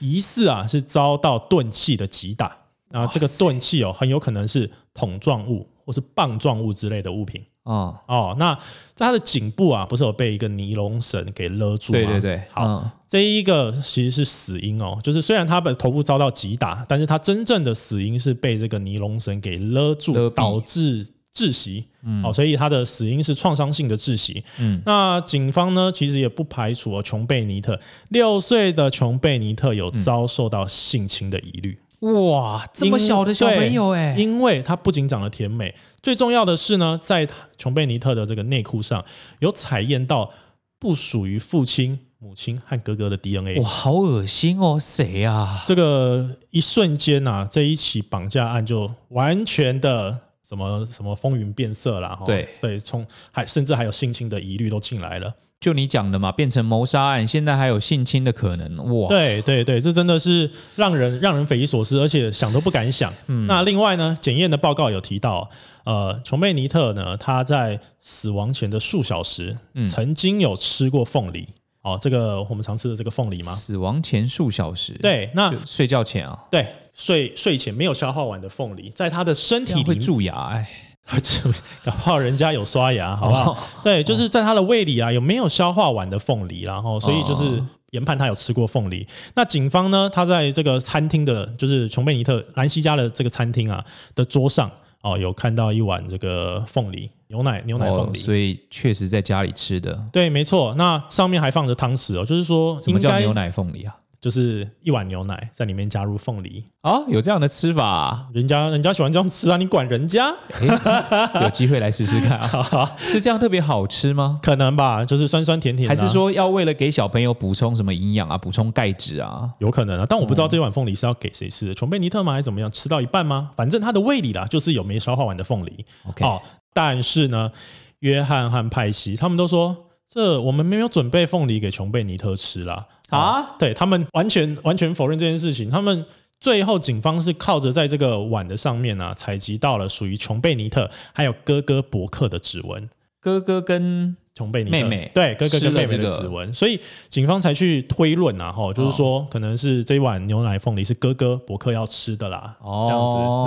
[SPEAKER 1] 疑似啊是遭到钝器的击打。啊，这个钝器哦，很有可能是桶状物或是棒状物之类的物品。
[SPEAKER 2] 嗯，
[SPEAKER 1] 哦，那在他的颈部啊，不是有被一个尼龙绳给勒住吗？
[SPEAKER 2] 对对对，
[SPEAKER 1] 好，
[SPEAKER 2] 嗯
[SPEAKER 1] 这一个其实是死因哦，就是虽然他的头部遭到击打，但是他真正的死因是被这个尼龙绳给勒住，
[SPEAKER 2] 勒毙
[SPEAKER 1] 导致窒息。哦，所以他的死因是创伤性的窒息。
[SPEAKER 2] 嗯，
[SPEAKER 1] 那警方呢，其实也不排除哦，琼贝尼特六岁的琼贝尼特有遭受到性侵的疑虑。
[SPEAKER 2] 嗯哇，这么
[SPEAKER 1] 因
[SPEAKER 2] 小的小
[SPEAKER 1] 对
[SPEAKER 2] 朋友哎、
[SPEAKER 1] 因为她不仅长得甜美，最重要的是呢，在琼贝尼特的这个内裤上有采验到不属于父亲母亲和哥哥的 DNA。
[SPEAKER 2] 哇，好恶心哦！谁啊？
[SPEAKER 1] 这个一瞬间呐、啊，这一起绑架案就完全的什么什么风云变色啦，哈
[SPEAKER 2] 对
[SPEAKER 1] 所以从还甚至还有性侵的疑虑都进来了。
[SPEAKER 2] 就你讲的嘛，变成谋杀案，现在还有性侵的可能，哇！
[SPEAKER 1] 对对对，这真的是让人让人匪夷所思，而且想都不敢想。
[SPEAKER 2] 嗯
[SPEAKER 1] 那另外呢，检验的报告有提到，呃，琼贝尼特呢，他在死亡前的数小时，
[SPEAKER 2] 嗯
[SPEAKER 1] 曾经有吃过凤梨。哦，这个我们常吃的这个凤梨吗？
[SPEAKER 2] 死亡前数小时，，
[SPEAKER 1] 对，那
[SPEAKER 2] 就睡觉前啊，
[SPEAKER 1] 对睡睡前没有消化完的凤梨，在他的身
[SPEAKER 2] 这
[SPEAKER 1] 体
[SPEAKER 2] 样会
[SPEAKER 1] 里
[SPEAKER 2] 蛀牙哎，
[SPEAKER 1] 就搞不好人家有刷牙，好不
[SPEAKER 2] 哦
[SPEAKER 1] 好？对，就是在他的胃里啊，有没有消化完的凤梨，然后所以就是
[SPEAKER 2] 哦
[SPEAKER 1] 研判他有吃过凤梨。那警方呢，他在这个餐厅的，就是琼贝尼特兰西家的这个餐厅啊的桌上哦，有看到一碗这个凤梨牛奶牛奶凤
[SPEAKER 2] 哦，
[SPEAKER 1] 梨。
[SPEAKER 2] 所以确实在家里吃的。
[SPEAKER 1] 对，没错。那上面还放着汤匙哦，就是说
[SPEAKER 2] 什
[SPEAKER 1] 应
[SPEAKER 2] 么叫
[SPEAKER 1] 该
[SPEAKER 2] 牛奶凤梨啊？
[SPEAKER 1] 就是一碗牛奶，在里面加入凤梨。
[SPEAKER 2] 啊，有这样的吃 法啊、
[SPEAKER 1] 人家人家喜欢这样吃啊，你管人家？
[SPEAKER 2] 有机会来试试看啊！是这样特别好吃吗？
[SPEAKER 1] 可能吧，就是酸酸甜甜、
[SPEAKER 2] 还
[SPEAKER 1] 的啊。
[SPEAKER 2] 是说要为了给小朋友补充什么营养啊，补充钙质啊？
[SPEAKER 1] 有可能啊，但我不知道这碗凤梨是要给谁吃的，琼贝尼特吗？还是怎么样？吃到一半吗？反正他的胃里啦，就是有没消化完的凤梨。
[SPEAKER 2] OK
[SPEAKER 1] 哦，但是呢，约翰和派西他们都说，这我们没有准备凤梨给琼贝尼特吃啦。
[SPEAKER 2] 啊，
[SPEAKER 1] 对他们完全完全否认这件事情，他们。最后，警方是靠着在这个碗的上面啊，采集到了属于琼贝尼特还有哥哥伯克的指纹。
[SPEAKER 2] 哥哥跟
[SPEAKER 1] 琼贝尼特
[SPEAKER 2] 妹妹
[SPEAKER 1] 对哥哥
[SPEAKER 2] 吃
[SPEAKER 1] 跟
[SPEAKER 2] 了
[SPEAKER 1] 妹妹
[SPEAKER 2] 这
[SPEAKER 1] 的
[SPEAKER 2] 个嗯
[SPEAKER 1] 指纹，所以警方才去推论啊，哈，就是说可能是这一碗牛奶凤梨是哥哥伯克要吃的啦，这样子，
[SPEAKER 2] 哦，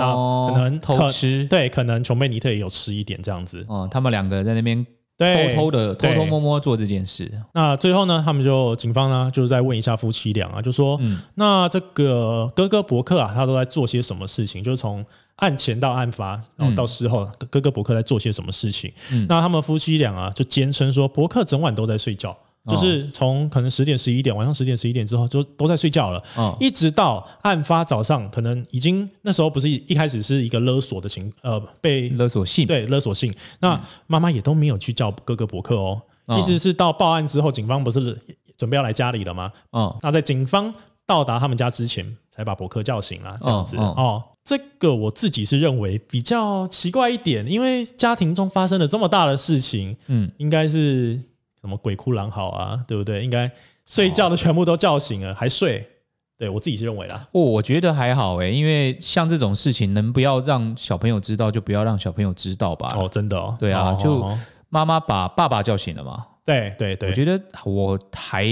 [SPEAKER 1] 那可能
[SPEAKER 2] 偷
[SPEAKER 1] 可
[SPEAKER 2] 吃，
[SPEAKER 1] 对，可能琼贝尼特也有吃一点这样子，
[SPEAKER 2] 哦，他们两个在那边
[SPEAKER 1] 对，
[SPEAKER 2] 偷偷的、偷
[SPEAKER 1] 对
[SPEAKER 2] 偷摸摸做这件事。
[SPEAKER 1] 那最后呢，他们就警方呢，就是在问一下夫妻俩啊，就说，
[SPEAKER 2] 嗯
[SPEAKER 1] 那这个哥哥伯克啊，他都在做些什么事情？就是从案前到案发，然后到事后，哥哥哥伯克在做些什么事情？
[SPEAKER 2] 嗯
[SPEAKER 1] 那他们夫妻俩啊，就坚称说，伯克整晚都在睡觉，
[SPEAKER 2] 哦
[SPEAKER 1] 就是从可能十点、十一点，晚上十点、十一点之后，就都在睡觉了。
[SPEAKER 2] 嗯，
[SPEAKER 1] 一直到案发早上，可能已经那时候不是一开始是一个勒索的情，呃，被
[SPEAKER 2] 勒索信，
[SPEAKER 1] 对勒索信。那妈妈也都没有去叫哥哥伯克哦，
[SPEAKER 2] 嗯哦
[SPEAKER 1] 意思是到报案之后，警方不是 准备要来家里了吗？
[SPEAKER 2] 嗯，
[SPEAKER 1] 那在警方到达他们家之前，才把伯克叫醒啦，这样子
[SPEAKER 2] 哦
[SPEAKER 1] 哦
[SPEAKER 2] 哦
[SPEAKER 1] 这个我自己是认为比较奇怪一点，因为家庭中发生了这么大的事情，
[SPEAKER 2] 嗯，
[SPEAKER 1] 应该是什么鬼哭狼嚎啊，对不对？应该睡觉的全部都叫醒了，还睡。对我自己是认为啦，
[SPEAKER 2] 哦，我觉得还好诶，因为像这种事情，能不要让小朋友知道就不要让小朋友知道吧。
[SPEAKER 1] 哦，真的哦，
[SPEAKER 2] 对啊
[SPEAKER 1] 哦
[SPEAKER 2] 就
[SPEAKER 1] 哦哦
[SPEAKER 2] 妈妈把爸爸叫醒了嘛，
[SPEAKER 1] 对对
[SPEAKER 2] 我
[SPEAKER 1] 对，
[SPEAKER 2] 觉得我还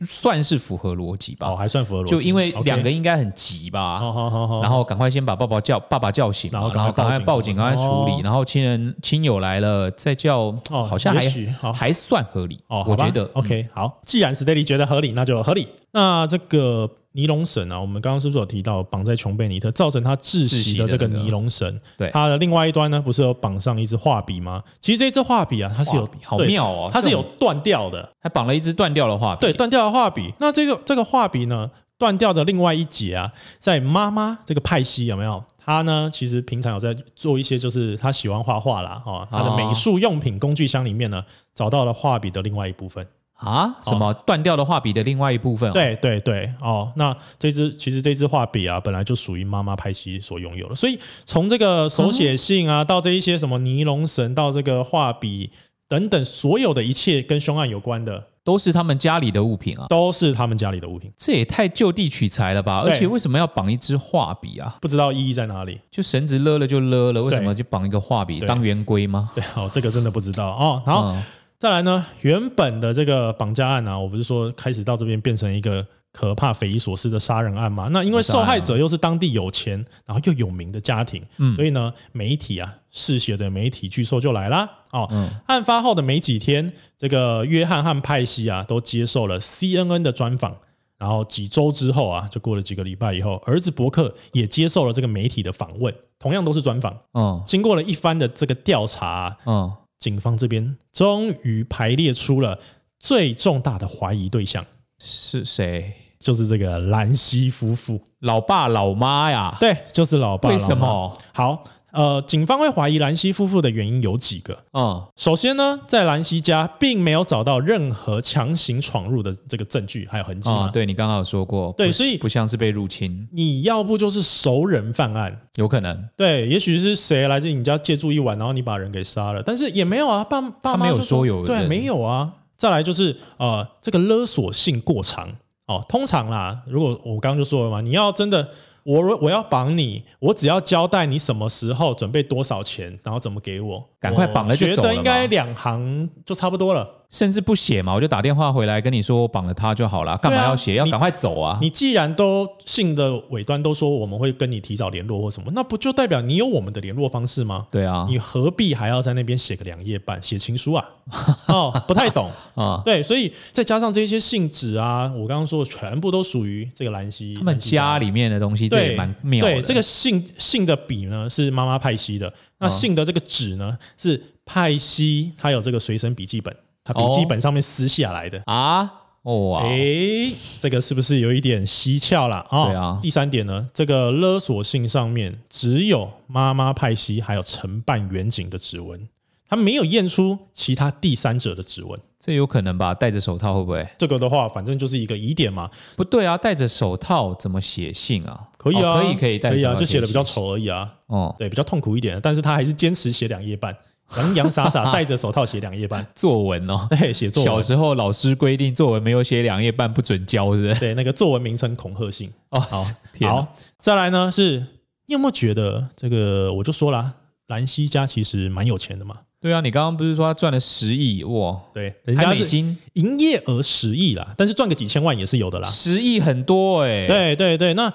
[SPEAKER 2] 算是符合逻辑吧，
[SPEAKER 1] 哦，还算符合逻辑，
[SPEAKER 2] 就因为
[SPEAKER 1] OK 哦
[SPEAKER 2] 两个应该很急吧。
[SPEAKER 1] 好好好好，
[SPEAKER 2] 然后赶快先把爸爸叫爸爸叫醒嘛，
[SPEAKER 1] 然后赶
[SPEAKER 2] 然后
[SPEAKER 1] 快
[SPEAKER 2] 赶快
[SPEAKER 1] 报
[SPEAKER 2] 报
[SPEAKER 1] 警
[SPEAKER 2] 警，
[SPEAKER 1] 什么
[SPEAKER 2] 赶快处
[SPEAKER 1] 哦
[SPEAKER 2] 理，然后亲人亲友来了再叫，
[SPEAKER 1] 哦
[SPEAKER 2] 好像还
[SPEAKER 1] 也许好
[SPEAKER 2] 还算合理，
[SPEAKER 1] 哦，
[SPEAKER 2] 我
[SPEAKER 1] 好吧
[SPEAKER 2] 觉得嗯
[SPEAKER 1] OK，好，既然 Steady 觉得合理，那就合理。那这个尼龙绳啊，我们刚刚是不是有提到绑在琼贝尼特，造成他窒息的这个
[SPEAKER 2] 窒息的那个
[SPEAKER 1] 尼龙绳？
[SPEAKER 2] 对
[SPEAKER 1] 它的另外一端呢，不是有绑上一支画笔吗？其实这支画笔啊，它是有
[SPEAKER 2] 画笔好
[SPEAKER 1] 对
[SPEAKER 2] 妙哦
[SPEAKER 1] 它是有
[SPEAKER 2] 这
[SPEAKER 1] 断掉的，
[SPEAKER 2] 还绑了一只断掉的画笔，
[SPEAKER 1] 对，断掉的画笔。那这个这个画笔呢，断掉的另外一节啊，在妈妈这个派系有没有？她呢，其实平常有在做一些，就是她喜欢画画啦，哦，她的
[SPEAKER 2] 哦
[SPEAKER 1] 美术用品工具箱里面呢，找到了画笔的另外一部分。
[SPEAKER 2] 啊，什么断掉的画笔的另外一部分哦，
[SPEAKER 1] 哦对对对，哦，那这支其实这支画笔啊，本来就属于妈妈派系所拥有的，所以从这个手写信啊，到这一些什么尼龙绳，到这个画笔等等，所有的一切跟凶案有关的，
[SPEAKER 2] 都是他们家里的物品啊，
[SPEAKER 1] 都是他们家里的物品，
[SPEAKER 2] 这也太就地取材了吧？
[SPEAKER 1] 对
[SPEAKER 2] 而且为什么要绑一支画笔啊？
[SPEAKER 1] 不知道意义在哪里。
[SPEAKER 2] 就绳子勒了就勒了，为
[SPEAKER 1] 对
[SPEAKER 2] 什么就绑一个画笔
[SPEAKER 1] 对
[SPEAKER 2] 当圆规吗？
[SPEAKER 1] 对，哦，这个真的不知道哦。然后、
[SPEAKER 2] 嗯
[SPEAKER 1] 再来呢，原本的这个绑架案啊，我不是说开始到这边变成一个。可怕、匪夷所思的杀人案嘛？那因为受害者又是当地有钱，然后又有名的家庭，
[SPEAKER 2] 嗯
[SPEAKER 1] 所以呢，媒体啊，嗜血的媒体巨兽就来啦。哦，
[SPEAKER 2] 嗯
[SPEAKER 1] 案发后的没几天，这个约翰和派西啊都接受了 CNN 的专访。然后几周之后啊，就过了几个礼拜以后，儿子伯克也接受了这个媒体的访问，同样都是专访。
[SPEAKER 2] 嗯
[SPEAKER 1] 经过了一番的这个调查啊、
[SPEAKER 2] 嗯，
[SPEAKER 1] 警方这边终于排列出了最重大的怀疑对象，
[SPEAKER 2] 是谁？
[SPEAKER 1] 就是这个兰西夫妇。
[SPEAKER 2] 老爸老妈呀？
[SPEAKER 1] 对，就是老爸。
[SPEAKER 2] 为什
[SPEAKER 1] 老妈？
[SPEAKER 2] 么？
[SPEAKER 1] 好，呃，警方会怀疑兰溪夫妇的原因有几个。
[SPEAKER 2] 嗯，
[SPEAKER 1] 首先呢，在兰溪家并没有找到任何强行闯入的这个证据还有痕迹嘛。
[SPEAKER 2] 啊，对你刚刚有说过，
[SPEAKER 1] 对
[SPEAKER 2] 不是
[SPEAKER 1] 所以
[SPEAKER 2] 不像是被入侵，
[SPEAKER 1] 你要不就是熟人犯案，
[SPEAKER 2] 有可能
[SPEAKER 1] 对，也许是谁来自你家借住一晚，然后你把人给杀了，但是也没有啊，爸爸
[SPEAKER 2] 他
[SPEAKER 1] 妈
[SPEAKER 2] 没有
[SPEAKER 1] 就
[SPEAKER 2] 说有
[SPEAKER 1] 对，
[SPEAKER 2] 人
[SPEAKER 1] 没有啊。再来就是呃，这个勒索性过长哦，通常啦，如果我刚刚就说了嘛，你要真的我我要绑你，我只要交代你什么时候准备多少钱，然后怎么给我，
[SPEAKER 2] 赶快绑了就
[SPEAKER 1] 我觉
[SPEAKER 2] 走了
[SPEAKER 1] 得
[SPEAKER 2] 嘛
[SPEAKER 1] 应该两行就差不多了。
[SPEAKER 2] 甚至不写嘛，我就打电话回来跟你说我绑了他就好了，干嘛要写？要
[SPEAKER 1] 你
[SPEAKER 2] 赶快走啊！
[SPEAKER 1] 你既然都信的尾端都说我们会跟你提早联络或什么，那不就代表你有我们的联络方式吗？
[SPEAKER 2] 对啊，
[SPEAKER 1] 你何必还要在那边写个两页半 写情书啊？哦，不太懂。
[SPEAKER 2] 啊，
[SPEAKER 1] 对，所以再加上这些信纸啊，我刚刚说的全部都属于这个兰溪
[SPEAKER 2] 他们
[SPEAKER 1] 兰溪
[SPEAKER 2] 家里面的东西这
[SPEAKER 1] 对
[SPEAKER 2] 也蛮妙的。
[SPEAKER 1] 对，这个信信的笔呢是妈妈派西的，那
[SPEAKER 2] 嗯
[SPEAKER 1] 信的这个纸呢是派西他有这个随身笔记本，他笔记
[SPEAKER 2] 哦
[SPEAKER 1] 本上面撕下来的。
[SPEAKER 2] 啊，哦哇，
[SPEAKER 1] 诶，这个是不是有一点蹊跷啦？哦、
[SPEAKER 2] 对啊
[SPEAKER 1] 第三点呢，这个勒索信上面只有妈妈派系还有承办远景的指纹，他没有验出其他第三者的指纹。
[SPEAKER 2] 这有可能吧？戴着手套会不会？
[SPEAKER 1] 这个的话，反正就是一个疑点嘛，
[SPEAKER 2] 不对啊，戴着手套怎么写信啊？
[SPEAKER 1] 可以啊，
[SPEAKER 2] 哦可以可以戴
[SPEAKER 1] 可
[SPEAKER 2] 着
[SPEAKER 1] 以
[SPEAKER 2] 手
[SPEAKER 1] 啊，
[SPEAKER 2] 套
[SPEAKER 1] 就写的比较
[SPEAKER 2] 信
[SPEAKER 1] 丑而已啊，
[SPEAKER 2] 哦，
[SPEAKER 1] 对，比较痛苦一点，但是他还是坚持写两页半，洋洋洒 洒戴着手套写两页半，
[SPEAKER 2] 作文哦。
[SPEAKER 1] 对，写作
[SPEAKER 2] 小
[SPEAKER 1] 文，
[SPEAKER 2] 时候老师规定作文没有写两页半不准交，是不是？
[SPEAKER 1] 对，那个作文名称恐吓信。
[SPEAKER 2] 哦，
[SPEAKER 1] 好
[SPEAKER 2] 天哪，
[SPEAKER 1] 好，再来呢是，你有没有觉得这个？我就说啦，兰溪家其实蛮有钱的嘛，
[SPEAKER 2] 对啊，你刚刚不是说他赚了十亿哇？
[SPEAKER 1] 对，人
[SPEAKER 2] 还
[SPEAKER 1] 家
[SPEAKER 2] 美
[SPEAKER 1] 是
[SPEAKER 2] 金
[SPEAKER 1] 营业额十亿啦，但是赚个几千万也是有的啦。
[SPEAKER 2] 十亿很多哎、，
[SPEAKER 1] 对对对，那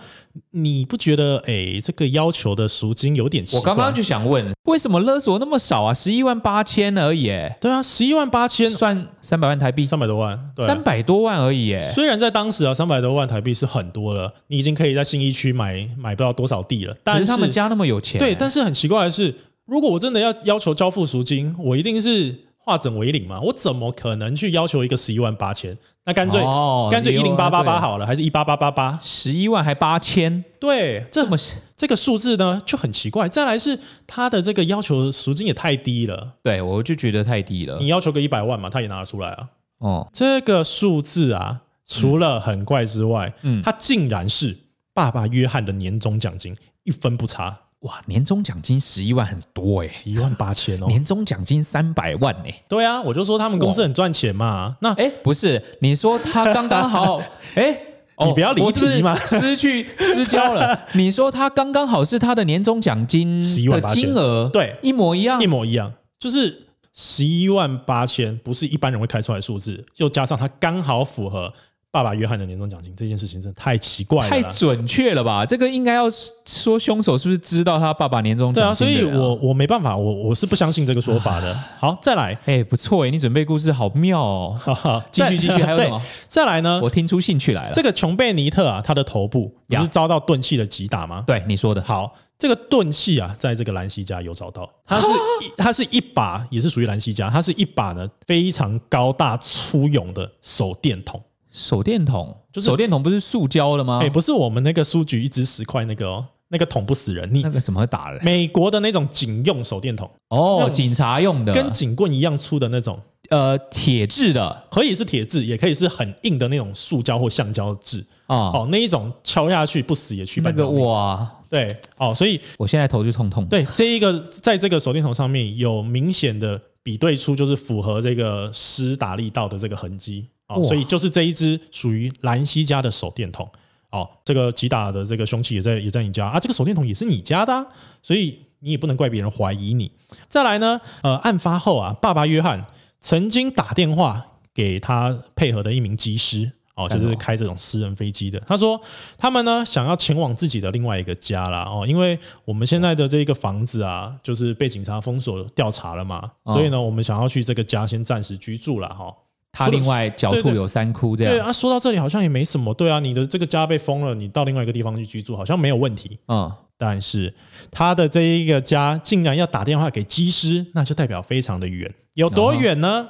[SPEAKER 1] 你不觉得哎、这个要求的赎金有点奇怪？
[SPEAKER 2] 我刚刚就想问，为什么勒索那么少啊？十一万八千而已、欸，
[SPEAKER 1] 对啊，十一万八千
[SPEAKER 2] 算三百万台币，
[SPEAKER 1] 三百多万，对啊、
[SPEAKER 2] 三百多万而已、欸，
[SPEAKER 1] 虽然在当时啊，三百多万台币是很多了，你已经可以在信义区买买不到多少地了，但
[SPEAKER 2] 可是他们家那么有钱欸、
[SPEAKER 1] 对，但
[SPEAKER 2] 是
[SPEAKER 1] 是很奇怪的是，如果我真的要要求交付赎金，我一定是化整为零嘛，我怎么可能去要求一个十一万八千？那干脆、
[SPEAKER 2] 哦
[SPEAKER 1] 干脆一零八八八，
[SPEAKER 2] 你有啊
[SPEAKER 1] 好了，还是一八八八八？
[SPEAKER 2] 十一万还八千，
[SPEAKER 1] 对，这
[SPEAKER 2] 这么
[SPEAKER 1] 这个数字呢就很奇怪。再来是他的这个要求赎金也太低了，
[SPEAKER 2] 对我就觉得太低了
[SPEAKER 1] 你。要求个一百万嘛，他也拿得出来啊。
[SPEAKER 2] 哦，
[SPEAKER 1] 这个数字啊，除了很怪之外，
[SPEAKER 2] 嗯
[SPEAKER 1] 它竟然是爸爸约翰的年终奖金，一分不差，
[SPEAKER 2] 哇，年终奖金十一万很多哎、
[SPEAKER 1] 十一万八 千哦。
[SPEAKER 2] 年终奖金三百万哎、
[SPEAKER 1] 对啊，我就说他们公司很赚钱嘛。那
[SPEAKER 2] 哎，不是，你说他刚刚好，哎。哦
[SPEAKER 1] 你不要离
[SPEAKER 2] 我是是
[SPEAKER 1] 题嘛
[SPEAKER 2] 失去 失焦了。你说他刚刚好是他的年终奖金的
[SPEAKER 1] 11,800
[SPEAKER 2] 金额，
[SPEAKER 1] 对
[SPEAKER 2] 一模一样
[SPEAKER 1] 一。模一样，就是十一万八千，不是一般人会开出来的数字，又加上它刚好符合爸爸约翰的年终奖金，这件事情真的太奇怪了
[SPEAKER 2] 太
[SPEAKER 1] 啦。
[SPEAKER 2] 准确了吧？这个应该要说凶手是不是知道他爸爸年终
[SPEAKER 1] 对啊，
[SPEAKER 2] 奖
[SPEAKER 1] 所
[SPEAKER 2] 金的
[SPEAKER 1] 以
[SPEAKER 2] 人啊？
[SPEAKER 1] 我我没办法，我我是不相信这个说法的。好，再来，
[SPEAKER 2] 哎、不错哎，你准备故事好妙哦。
[SPEAKER 1] 哈哈，
[SPEAKER 2] 继续继续，还有什
[SPEAKER 1] 对
[SPEAKER 2] 么？
[SPEAKER 1] 再来呢？
[SPEAKER 2] 我听出兴趣来了。
[SPEAKER 1] 嗯这个琼贝尼特啊，他的头部不
[SPEAKER 2] 呀
[SPEAKER 1] 是遭到钝器的击打吗？
[SPEAKER 2] 对你说的，
[SPEAKER 1] 好，这个钝器啊，在这个兰西家有找到，它是 一它是一把，也是属于兰西家，它是一把呢非常高大粗勇的手电筒。
[SPEAKER 2] 手电筒，
[SPEAKER 1] 就是
[SPEAKER 2] 手电筒不是塑胶的吗？
[SPEAKER 1] 哎、不是我们那个书局一支十块那个哦，那个桶不死人。你
[SPEAKER 2] 那个怎么会打人？
[SPEAKER 1] 美国的那种警用手电筒，那
[SPEAKER 2] 哦，
[SPEAKER 1] 种
[SPEAKER 2] 警察用的，
[SPEAKER 1] 跟警棍一样粗的那种，
[SPEAKER 2] 呃铁质的啊、
[SPEAKER 1] 可以是铁质，也可以是很硬的那种塑胶或橡胶质。哦，那一种敲下去不死也去
[SPEAKER 2] 啊那
[SPEAKER 1] 半条
[SPEAKER 2] 个
[SPEAKER 1] 命。
[SPEAKER 2] 哇，
[SPEAKER 1] 对，哦，所以
[SPEAKER 2] 我现在头就痛痛。，
[SPEAKER 1] 对这一个在这个手电筒上面有明显的比对出，就是符合这个施打力道的这个痕迹。哦，
[SPEAKER 2] 哇
[SPEAKER 1] 所以就是这一支属于兰西家的手电筒。哦，这个击打的这个凶器也在也在你家啊，这个手电筒也是你家的、啊，所以你也不能怪别人怀疑你。再来呢，呃，案发后啊，爸爸约翰曾经打电话给他配合的一名机师，哦，就
[SPEAKER 2] 干什
[SPEAKER 1] 是
[SPEAKER 2] 么
[SPEAKER 1] 开这种私人飞机的。他说他们呢想要前往自己的另外一个家啦，哦，因为我们现在的这个房子啊，就是被警察封锁调查了嘛，
[SPEAKER 2] 哦
[SPEAKER 1] 所以呢，我们想要去这个家先暂时居住啦。哈、
[SPEAKER 2] 他另外狡
[SPEAKER 1] 对对
[SPEAKER 2] 兔有三窟这
[SPEAKER 1] 对
[SPEAKER 2] 样。
[SPEAKER 1] 啊，说到这里好像也没什么，对啊，你的这个家被封了，你到另外一个地方去居住好像没有问题。
[SPEAKER 2] 嗯，
[SPEAKER 1] 但是他的这一个家竟然要打电话给机师，那就代表非常的远，有多远
[SPEAKER 2] 啊
[SPEAKER 1] 呢？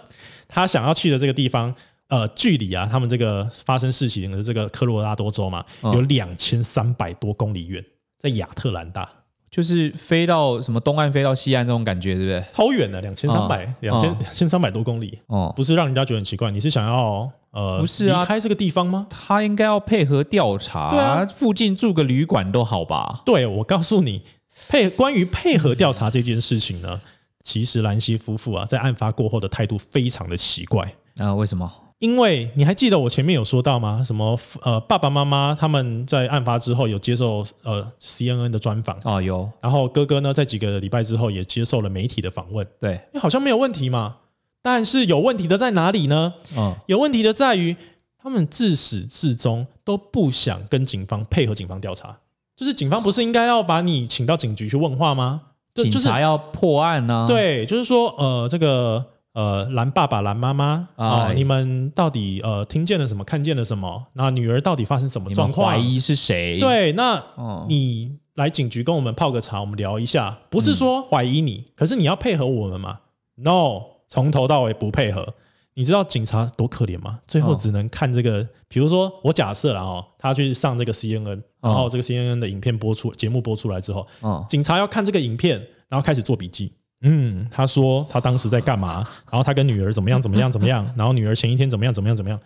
[SPEAKER 1] 他想要去的这个地方，呃，距离啊，他们这个发生事情的这个科罗拉多州嘛，
[SPEAKER 2] 嗯
[SPEAKER 1] 有两千三百多公里远，在亚特兰大。
[SPEAKER 2] 就是飞到什么东岸飞到西岸这种感觉，对不对？
[SPEAKER 1] 超远的，两千三
[SPEAKER 2] 啊
[SPEAKER 1] 百两千两千三百多公里，
[SPEAKER 2] 哦，
[SPEAKER 1] 不是让人家觉得很奇怪，你是想要呃
[SPEAKER 2] 不是啊
[SPEAKER 1] 离开这个地方吗？
[SPEAKER 2] 他应该要配合调查，
[SPEAKER 1] 对啊
[SPEAKER 2] 附近住个旅馆都好吧？
[SPEAKER 1] 对，我告诉你，配关于配合调查这件事情呢，其实兰西夫妇啊，在案发过后的态度非常的奇怪。
[SPEAKER 2] 啊、为什么？
[SPEAKER 1] 因为你还记得我前面有说到吗？什么呃，爸爸妈妈他们在案发之后有接受呃 CNN 的专访，
[SPEAKER 2] 哦，有
[SPEAKER 1] 然后哥哥呢在几个礼拜之后也接受了媒体的访问，
[SPEAKER 2] 对，
[SPEAKER 1] 诶好像没有问题嘛。但是有问题的在哪里呢？
[SPEAKER 2] 嗯，
[SPEAKER 1] 有问题的在于，他们自始至终都不想跟警方配合警方调查。就是警方不是应该要把你请到警局去问话吗？就
[SPEAKER 2] 警
[SPEAKER 1] 就是
[SPEAKER 2] 察要破案呢、啊，，
[SPEAKER 1] 对，就是说呃，这个呃，蓝爸爸、蓝妈妈啊、
[SPEAKER 2] 哎
[SPEAKER 1] 你们到底呃听见了什么，看见了什么？那女儿到底发生什么
[SPEAKER 2] 你
[SPEAKER 1] 状
[SPEAKER 2] 们
[SPEAKER 1] 况？
[SPEAKER 2] 怀疑是谁？，
[SPEAKER 1] 对，那
[SPEAKER 2] 哦，
[SPEAKER 1] 你来警局跟我们泡个茶，我们聊一下，不是说怀疑你，可是你要配合我们嘛？No，从头到尾不配合。你知道警察多可怜吗？最后
[SPEAKER 2] 哦
[SPEAKER 1] 只能看这个，比如说我假设了哦，他去上这个 CNN，然
[SPEAKER 2] 哦
[SPEAKER 1] 后这个 CNN 的影片播出，节目播出来之后，
[SPEAKER 2] 嗯，
[SPEAKER 1] 警察要看这个影片，然后开始做笔记。嗯，他说他当时在干嘛，然后他跟女儿怎么样怎么样怎么样，然后女儿前一天怎么样怎么样怎么样。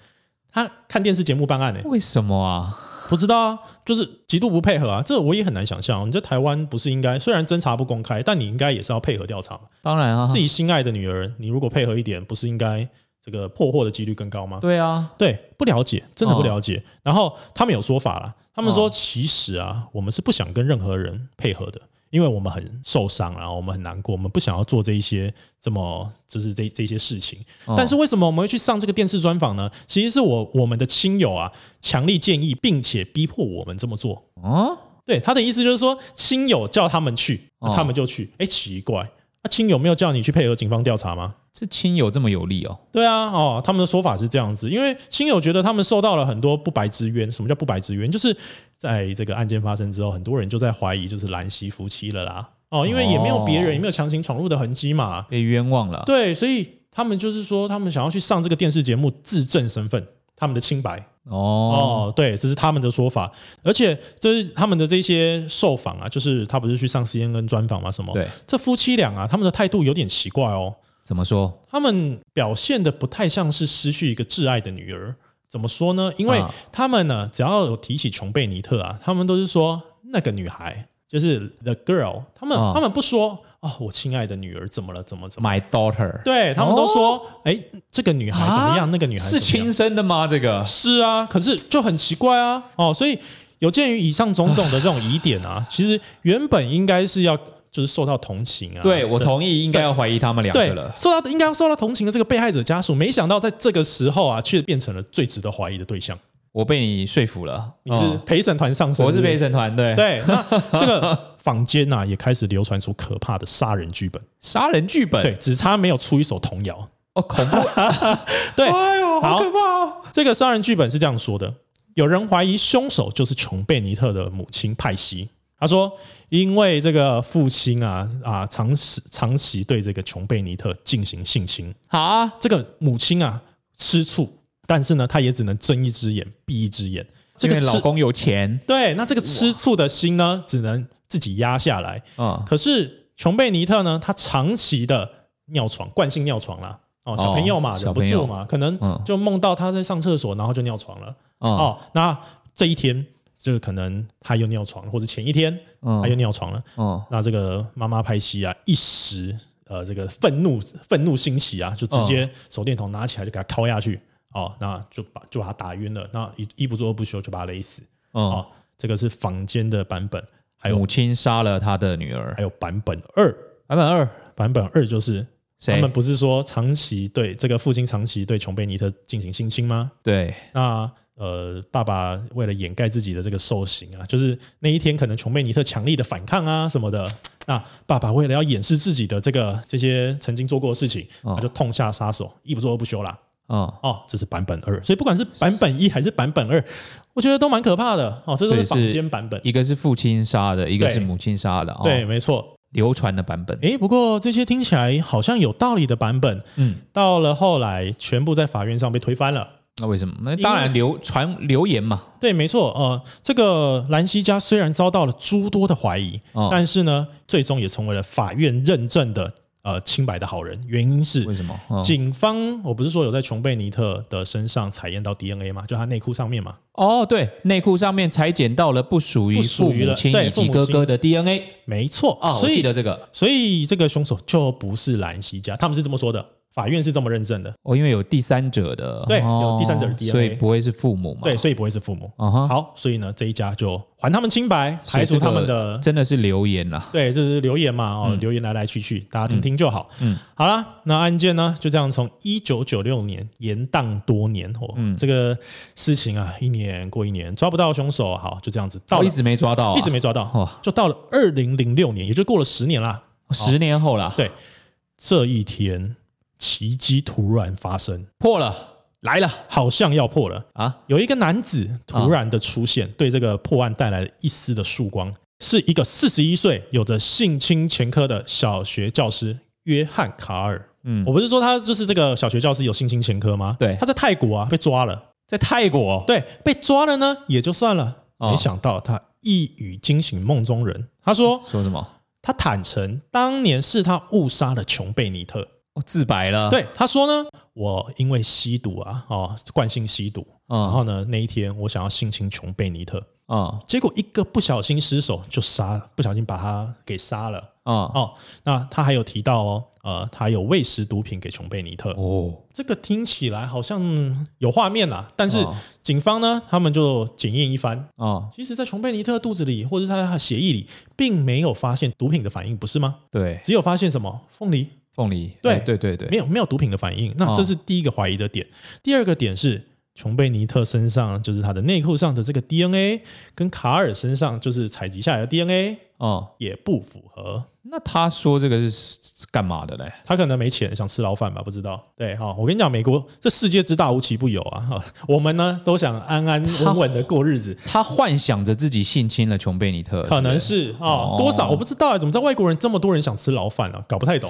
[SPEAKER 1] 他看电视节目办案呢、欸
[SPEAKER 2] 为什么啊？
[SPEAKER 1] 不知道啊，就是极度不配合啊，这我也很难想象。你在台湾不是应该，虽然侦查不公开，但你应该也是要配合调查嘛。
[SPEAKER 2] 当然啊
[SPEAKER 1] 自，己心爱的女儿，你如果配合一点，不是应该这个破获的几率更高吗？
[SPEAKER 2] 对啊，
[SPEAKER 1] 对，不了解，真的不
[SPEAKER 2] 哦
[SPEAKER 1] 了解。然后他们有说法啦，他们说
[SPEAKER 2] 哦
[SPEAKER 1] 其实啊，我们是不想跟任何人配合的，因为我们很受伤，啊然后我们很难过，我们不想要做这一些这么就是这这些事情。
[SPEAKER 2] 嗯
[SPEAKER 1] 但是为什么我们会去上这个电视专访呢？其实是我我们的亲友啊，强力建议并且逼迫我们这么做。
[SPEAKER 2] 嗯，
[SPEAKER 1] 对他的意思就是说，亲友叫他们去，
[SPEAKER 2] 哦
[SPEAKER 1] 他们就去。哎、奇怪，那、亲友没有叫你去配合警方调查吗？
[SPEAKER 2] 这亲友这么有力哦，
[SPEAKER 1] 对啊，哦，他们的说法是这样子，因为亲友觉得他们受到了很多不白之冤。什么叫不白之冤？就是在这个案件发生之后，很多人就在怀疑，就是兰溪夫妻了啦。哦，因为也没有别人，
[SPEAKER 2] 哦
[SPEAKER 1] 也没有强行闯入的痕迹嘛。
[SPEAKER 2] 被冤枉了，
[SPEAKER 1] 对，所以他们就是说，他们想要去上这个电视节目自证身份，他们的清白。
[SPEAKER 2] 哦，
[SPEAKER 1] 哦，对，这是他们的说法，而且这是他们的这些受访啊，就是他不是去上 CNN 专访嘛，什么？
[SPEAKER 2] 对，
[SPEAKER 1] 这夫妻俩啊，他们的态度有点奇怪哦。
[SPEAKER 2] 怎么说？
[SPEAKER 1] 他们表现的不太像是失去一个挚爱的女儿。怎么说呢？因为
[SPEAKER 2] 啊
[SPEAKER 1] 他们呢，只要有提起琼贝尼特啊，他们都是说那个女孩，就是 the girl。他们、
[SPEAKER 2] 啊
[SPEAKER 1] 他们不说哦，我亲爱的女儿怎么了？怎么怎么？
[SPEAKER 2] My daughter，
[SPEAKER 1] 对他们都说，哎、这个女孩怎么样？那个女孩
[SPEAKER 2] 是
[SPEAKER 1] 怎么样
[SPEAKER 2] 亲生的吗？这个
[SPEAKER 1] 啊是啊，可是就很奇怪啊，哦，所以有鉴于以上种种的这种疑点 啊，其实原本应该是要就是受到同情啊，
[SPEAKER 2] 对我同意，应该要怀疑他们两
[SPEAKER 1] 对
[SPEAKER 2] 个了。
[SPEAKER 1] 受到应该要受到同情的这个被害者家属，没想到在这个时候啊，却变成了最值得怀疑的对象。
[SPEAKER 2] 我被你说服了，
[SPEAKER 1] 你是
[SPEAKER 2] 嗯
[SPEAKER 1] 陪审团上身，
[SPEAKER 2] 我是
[SPEAKER 1] 不
[SPEAKER 2] 陪审团，对，
[SPEAKER 1] 对，那这个坊间呐、啊、也开始流传出可怕的杀人剧本，
[SPEAKER 2] 杀人剧本，
[SPEAKER 1] 对，只差没有出一首童谣。
[SPEAKER 2] 哦，恐怖，
[SPEAKER 1] 对，
[SPEAKER 2] 哎呦，
[SPEAKER 1] 好
[SPEAKER 2] 好可怕哦！
[SPEAKER 1] 这个杀人剧本是这样说的：有人怀疑凶手就是琼贝尼特的母亲派西。他说，因为这个父亲啊啊长时长期对这个琼贝尼特进行性侵，
[SPEAKER 2] 啊，
[SPEAKER 1] 这个母亲啊吃醋，但是呢，她也只能睁一只眼闭一只眼。这
[SPEAKER 2] 这
[SPEAKER 1] 个
[SPEAKER 2] 个老
[SPEAKER 1] 吃
[SPEAKER 2] 公有钱，
[SPEAKER 1] 对，那这个吃醋的心呢，只能自己压下来。
[SPEAKER 2] 嗯，
[SPEAKER 1] 可是琼贝尼特呢，他长期的尿床，惯性尿床啦。哦，
[SPEAKER 2] 哦
[SPEAKER 1] 小朋友嘛，忍
[SPEAKER 2] 小
[SPEAKER 1] 不
[SPEAKER 2] 朋友
[SPEAKER 1] 住嘛，可能
[SPEAKER 2] 嗯
[SPEAKER 1] 就梦到他在上厕所，然后就尿床了。
[SPEAKER 2] 哦，
[SPEAKER 1] 哦，那这一天就是可能他又尿床，或者前一天他又
[SPEAKER 2] 嗯，
[SPEAKER 1] 尿床了。
[SPEAKER 2] 哦，
[SPEAKER 1] 那这个妈妈拍戏啊，一时呃这个愤怒愤怒兴起啊，就直接手电筒拿起来就给他敲下去，哦，那就把就把他打晕了，那一一不做二不休就把他勒死。
[SPEAKER 2] 嗯
[SPEAKER 1] 哦，这个是坊间的版本，还有
[SPEAKER 2] 母亲杀了他的女儿
[SPEAKER 1] 还。有版本二，
[SPEAKER 2] 版本二，
[SPEAKER 1] 版本二就是他
[SPEAKER 2] 谁
[SPEAKER 1] 们？不是说长期对这个父亲长期对琼贝尼特进行性侵吗？
[SPEAKER 2] 对，
[SPEAKER 1] 那呃，爸爸为了掩盖自己的这个受刑啊，就是那一天可能琼贝尼特强力的反抗啊什么的，那爸爸为了要掩饰自己的这个这些曾经做过的事情，
[SPEAKER 2] 哦
[SPEAKER 1] 他就痛下杀手，一不做二不休啦。
[SPEAKER 2] 嗯，
[SPEAKER 1] 哦，这是版本二，所以不管是版本一还是版本二，我觉得都蛮可怕的哦，这都是
[SPEAKER 2] 所
[SPEAKER 1] 坊
[SPEAKER 2] 以是
[SPEAKER 1] 间版本。
[SPEAKER 2] 一个是父亲杀的，一个
[SPEAKER 1] 对
[SPEAKER 2] 是母亲杀的，哦
[SPEAKER 1] 对，，没错。
[SPEAKER 2] 流传的版本。
[SPEAKER 1] 诶，不过这些听起来好像有道理的版本，
[SPEAKER 2] 嗯，
[SPEAKER 1] 到了后来全部在法院上被推翻了。
[SPEAKER 2] 那为什么？那
[SPEAKER 1] 因
[SPEAKER 2] 当
[SPEAKER 1] 为
[SPEAKER 2] 然留传留言嘛。
[SPEAKER 1] 对，没错，呃，这个兰西家虽然遭到了诸多的怀疑，
[SPEAKER 2] 哦
[SPEAKER 1] 但是呢，最终也成为了法院认证的呃清白的好人。原因是
[SPEAKER 2] 为什么？哦
[SPEAKER 1] 警方，我不是说有在琼贝尼特的身上采验到 DNA 吗？就他内裤上面嘛，
[SPEAKER 2] 哦，对，内裤上面裁剪到了不属于
[SPEAKER 1] 不属
[SPEAKER 2] 父
[SPEAKER 1] 于
[SPEAKER 2] 母
[SPEAKER 1] 了
[SPEAKER 2] 亲
[SPEAKER 1] 对
[SPEAKER 2] 以及
[SPEAKER 1] 父母
[SPEAKER 2] 哥
[SPEAKER 1] 亲哦
[SPEAKER 2] 哥的 DNA
[SPEAKER 1] 没错
[SPEAKER 2] 啊，我
[SPEAKER 1] 所
[SPEAKER 2] 记
[SPEAKER 1] 以
[SPEAKER 2] 得这个
[SPEAKER 1] 所以这个凶手就不是兰西家，他们是这么说的，法院是这么认证的，
[SPEAKER 2] 哦，因为有第三者的，
[SPEAKER 1] 对
[SPEAKER 2] 哦
[SPEAKER 1] 有第三者的
[SPEAKER 2] 所
[SPEAKER 1] DNA
[SPEAKER 2] 以不会是父母嘛？
[SPEAKER 1] 对，，所以不会是父母。
[SPEAKER 2] 啊哈，
[SPEAKER 1] 好，所以呢，这一家就还他们清白，
[SPEAKER 2] 所以
[SPEAKER 1] 排除
[SPEAKER 2] 这
[SPEAKER 1] 他
[SPEAKER 2] 个
[SPEAKER 1] 们的
[SPEAKER 2] 真的是留言啊啦。
[SPEAKER 1] 对，这是留言嘛，哦，留言来来去去，大家听听就好。
[SPEAKER 2] 嗯
[SPEAKER 1] 嗯，好啦，那案件呢，就这样从一九九六年延宕多年哦，
[SPEAKER 2] 嗯
[SPEAKER 1] 这个事情啊，一年过一年，抓不到凶手，好，就这样子，到
[SPEAKER 2] 哦
[SPEAKER 1] 了、
[SPEAKER 2] 一直没抓到啊，
[SPEAKER 1] 一直没抓到，
[SPEAKER 2] 哦
[SPEAKER 1] 就到了二零零六年，也就过了十年啦。
[SPEAKER 2] 十年后啦，
[SPEAKER 1] 对，这一天奇迹突然发生，
[SPEAKER 2] 破了，来了
[SPEAKER 1] 好像要破了。
[SPEAKER 2] 啊！
[SPEAKER 1] 有一个男子突然的出现，对这个破案带来了一丝的曙光，是一个四十一岁、有着性侵前科的小学教师约翰·卡尔。
[SPEAKER 2] 嗯
[SPEAKER 1] 我不是说他就是这个小学教师有性侵前科吗？
[SPEAKER 2] 对
[SPEAKER 1] 他在泰国啊被抓了，
[SPEAKER 2] 在泰国，
[SPEAKER 1] 对，被抓了呢也就算了，
[SPEAKER 2] 哦
[SPEAKER 1] 没想到他一语惊醒梦中人。他说
[SPEAKER 2] 说什么？
[SPEAKER 1] 他坦诚当年是他误杀了琼贝尼特。
[SPEAKER 2] 哦，自白了，，
[SPEAKER 1] 对，他说呢，我因为吸毒啊，哦，惯性吸毒，然
[SPEAKER 2] 嗯
[SPEAKER 1] 后呢，那一天我想要性侵琼贝尼特，
[SPEAKER 2] 嗯
[SPEAKER 1] 结果一个不小心失手就杀，不小心把他给杀了。
[SPEAKER 2] 嗯，
[SPEAKER 1] 哦，那他还有提到哦，呃，他有喂食毒品给琼贝尼特，
[SPEAKER 2] 哦，
[SPEAKER 1] 这个听起来好像有画面啦。但是
[SPEAKER 2] 哦
[SPEAKER 1] 警方呢，他们就检验一番，
[SPEAKER 2] 哦，
[SPEAKER 1] 其实，在琼贝尼特肚子里或者是他的血液里，并没有发现毒品的反应，不是吗？
[SPEAKER 2] 对，
[SPEAKER 1] 只有发现什么凤梨
[SPEAKER 2] 凤梨，
[SPEAKER 1] 对
[SPEAKER 2] 哎对对对，哦
[SPEAKER 1] 没有没有毒品的反应。那这是第一个怀疑的点。第二个点是，琼贝尼特身上就是他的内裤上的这个 DNA，跟卡尔身上就是采集下来的 DNA
[SPEAKER 2] 哦，
[SPEAKER 1] 也不符合。
[SPEAKER 2] 那他说这个是是干嘛的嘞？
[SPEAKER 1] 他可能没钱，想吃牢饭吧，不知道。对，好、我跟你讲，美国这世界之大无奇不有啊！哈、我们呢都想安安稳稳的过日子，
[SPEAKER 2] 他幻想着自己性侵了琼贝尼特，
[SPEAKER 1] 可能
[SPEAKER 2] 是
[SPEAKER 1] 是哦
[SPEAKER 2] 哦，
[SPEAKER 1] 多少我不知道啊，怎么在外国人这么多人想吃牢饭啊？搞不太懂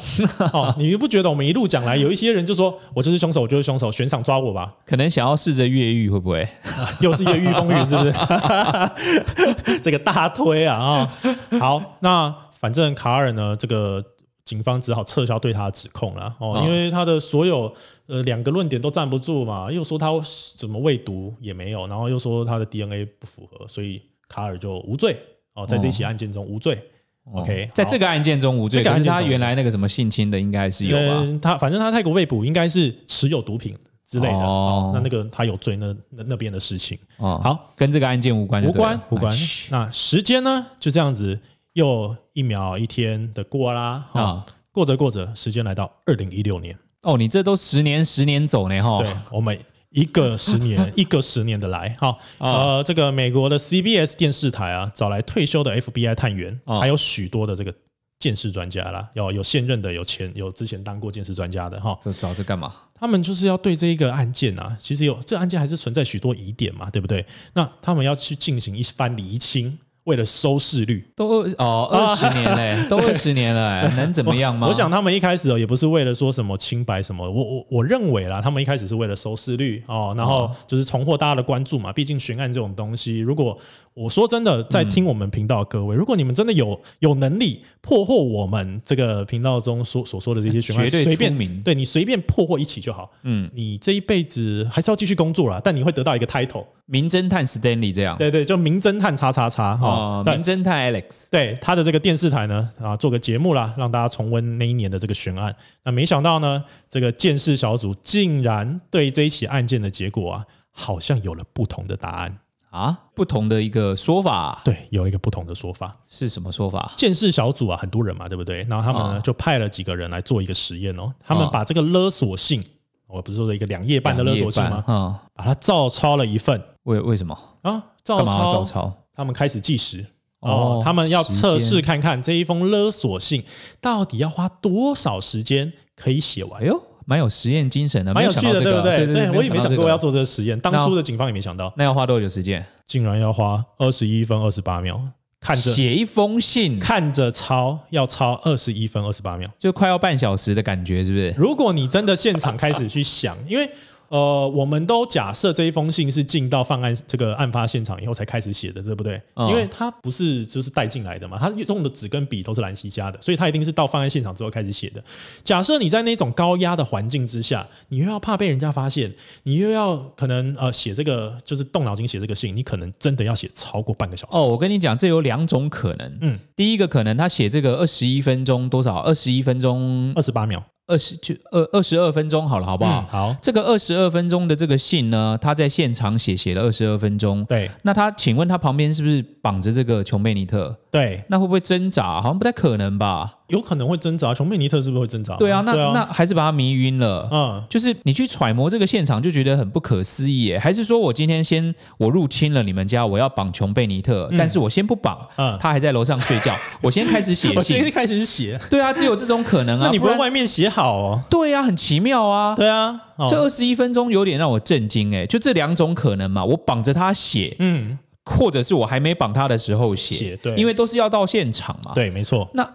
[SPEAKER 1] 哦。你不觉得我们一路讲来，有一些人就说我就是凶手，我就是凶手，悬赏抓我吧
[SPEAKER 2] 不，是可能想要试着越狱，会不会？
[SPEAKER 1] 又是越狱风云，是不是？ 这个大推啊啊、好，那反正卡尔呢，这个警方只好撤销对他的指控了哦，
[SPEAKER 2] 嗯
[SPEAKER 1] 因为他的所有呃两个论点都站不住嘛，又说他怎么喂毒也没有，然后又说他的 DNA 不符合，所以卡尔就无罪哦，在这起案件中无罪。OK，
[SPEAKER 2] 哦在
[SPEAKER 1] 好
[SPEAKER 2] 这个案件中无罪，
[SPEAKER 1] 这个
[SPEAKER 2] 可
[SPEAKER 1] 案
[SPEAKER 2] 是
[SPEAKER 1] 件中
[SPEAKER 2] 他原来那个什么性侵的应该是有吧？
[SPEAKER 1] 嗯，他反正他泰国未捕应该是持有毒品之类的，
[SPEAKER 2] 哦
[SPEAKER 1] 哦、那那个他有罪，那那那边的事情。
[SPEAKER 2] 哦，
[SPEAKER 1] 好，
[SPEAKER 2] 跟这个案件无关就
[SPEAKER 1] 无
[SPEAKER 2] 对了，
[SPEAKER 1] 关无关
[SPEAKER 2] 哎。
[SPEAKER 1] 那时间呢，就这样子，又一秒一天的过啦。啊、
[SPEAKER 2] 啊，
[SPEAKER 1] 过着过着，时间来到二零一六年，
[SPEAKER 2] 哦，你这都十年十年走呢哈
[SPEAKER 1] 对，我们。一个十年，一个十年的来，哈、
[SPEAKER 2] 啊
[SPEAKER 1] 呃，这个美国的 CBS 电视台啊，找来退休的 FBI 探员，
[SPEAKER 2] 哦
[SPEAKER 1] 还有许多的这个鉴识专家啦，有有现任的，有前有之前当过鉴识专家的，哈、
[SPEAKER 2] 这找这干嘛？
[SPEAKER 1] 他们就是要对这一个案件啊，其实有这案件还是存在许多疑点嘛，对不对？那他们要去进行一番厘清，为了收视率，
[SPEAKER 2] 都二哦二十年嘞、 都二十年了、能怎么样吗？
[SPEAKER 1] 啊我想他们一开始哦也不是为了说什么清白什么，我我我认为啦，他们一开始是为了收视率哦，然后就是重获大家的关注嘛。毕竟悬案这种东西，如果我说真的，在听我们频道的各
[SPEAKER 2] 嗯
[SPEAKER 1] 位，如果你们真的有有能力破获我们这个频道中所所说的这些悬案，
[SPEAKER 2] 绝对
[SPEAKER 1] 随
[SPEAKER 2] 出名
[SPEAKER 1] 便对你随便破获一起就好。
[SPEAKER 2] 嗯
[SPEAKER 1] 嗯，你这一辈子还是要继续工作啦，但你会得到一个 title，
[SPEAKER 2] 名侦探 Stanley 这样
[SPEAKER 1] 对对，就名侦探叉叉叉哈，，
[SPEAKER 2] 哦
[SPEAKER 1] 但
[SPEAKER 2] 名侦探 Alex
[SPEAKER 1] 对他的这个电视台呢，啊，做个节目啦，让大家重温那一年的这个悬案。那没想到呢，这个鉴识小组竟然对这一起案件的结果啊，好像有了不同的答案。
[SPEAKER 2] 啊，不同的一个说法
[SPEAKER 1] 对，有了一个不同的说法。
[SPEAKER 2] 是什么说法？
[SPEAKER 1] 鉴识小组啊，很多人嘛，对不对？然后他们呢，
[SPEAKER 2] 啊
[SPEAKER 1] 就派了几个人来做一个实验哦。他们
[SPEAKER 2] 啊
[SPEAKER 1] 把这个勒索信，我不是说的一个两页半的勒索信
[SPEAKER 2] 两夜
[SPEAKER 1] 吗？
[SPEAKER 2] 半啊、
[SPEAKER 1] 把它照抄了一份
[SPEAKER 2] 为为什么？
[SPEAKER 1] 啊，照
[SPEAKER 2] 干嘛要
[SPEAKER 1] 抄
[SPEAKER 2] 照抄？
[SPEAKER 1] 他们开始计时
[SPEAKER 2] 哦
[SPEAKER 1] 哦，他们要测
[SPEAKER 2] 时间
[SPEAKER 1] 试看看这一封勒索信到底要花多少时间可以写完
[SPEAKER 2] 哎。呦，蛮有实验精神的，
[SPEAKER 1] 蛮有
[SPEAKER 2] 没
[SPEAKER 1] 趣
[SPEAKER 2] 想到
[SPEAKER 1] 的，
[SPEAKER 2] 这
[SPEAKER 1] 对
[SPEAKER 2] 个啊
[SPEAKER 1] 不
[SPEAKER 2] 对
[SPEAKER 1] 对我也没
[SPEAKER 2] 没
[SPEAKER 1] 想过要
[SPEAKER 2] 到这个
[SPEAKER 1] 做这个实验，当
[SPEAKER 2] 那
[SPEAKER 1] 初的警方也没想到，
[SPEAKER 2] 那要花多久时间？
[SPEAKER 1] 竟然要花二十一分二十八秒，看着
[SPEAKER 2] 写一封信
[SPEAKER 1] 看着抄，要抄二十一分二十八秒。
[SPEAKER 2] 就快要半小时的感觉，是不是？
[SPEAKER 1] 如果你真的现场开始去想，因为呃，我们都假设这一封信是进到犯案这个案发现场以后才开始写的，对不对？
[SPEAKER 2] 嗯
[SPEAKER 1] 因为他不是就是带进来的嘛，他用的纸跟笔都是兰西家的，所以他一定是到犯案现场之后开始写的。假设你在那种高压的环境之下，你又要怕被人家发现，你又要可能呃写这个就是动脑筋写这个信，你可能真的要写超过半个小时。
[SPEAKER 2] 哦，我跟你讲，这有两种可能。
[SPEAKER 1] 嗯，
[SPEAKER 2] 第一个可能他写这个二十一分钟多少？二十一分钟，
[SPEAKER 1] 二十八秒，
[SPEAKER 2] 二十就二二十二分钟好了，好不好？
[SPEAKER 1] 嗯好，
[SPEAKER 2] 这个二十二分钟的这个信呢，他在现场写写了二十二分钟。
[SPEAKER 1] 对
[SPEAKER 2] 那他，请问他旁边是不是绑着这个琼贝尼特？
[SPEAKER 1] 对，
[SPEAKER 2] 那会不会挣扎？好像不太可能吧？
[SPEAKER 1] 有可能会挣扎。琼贝尼特是不是会挣扎？
[SPEAKER 2] 对啊，那
[SPEAKER 1] 对
[SPEAKER 2] 那还是把他迷晕了。
[SPEAKER 1] 嗯，
[SPEAKER 2] 就是你去揣摩这个现场，就觉得很不可思议耶。还是说我今天先我入侵了你们家，我要绑琼贝尼特，但是我先不绑，
[SPEAKER 1] 嗯
[SPEAKER 2] 他还在楼上睡觉，我先开始写
[SPEAKER 1] 我先
[SPEAKER 2] 信。
[SPEAKER 1] 开始写，
[SPEAKER 2] 对啊，只有这种可能啊。
[SPEAKER 1] 那你不
[SPEAKER 2] 然
[SPEAKER 1] 用外面写好哦？
[SPEAKER 2] 对啊，很奇妙啊。
[SPEAKER 1] 对啊，哦
[SPEAKER 2] 这二十一分钟有点让我震惊哎，就这两种可能嘛，我绑着他写，
[SPEAKER 1] 嗯，
[SPEAKER 2] 或者是我还没绑他的时候写，
[SPEAKER 1] 写对
[SPEAKER 2] 因为都是要到现场嘛。，
[SPEAKER 1] 对，没错。
[SPEAKER 2] 那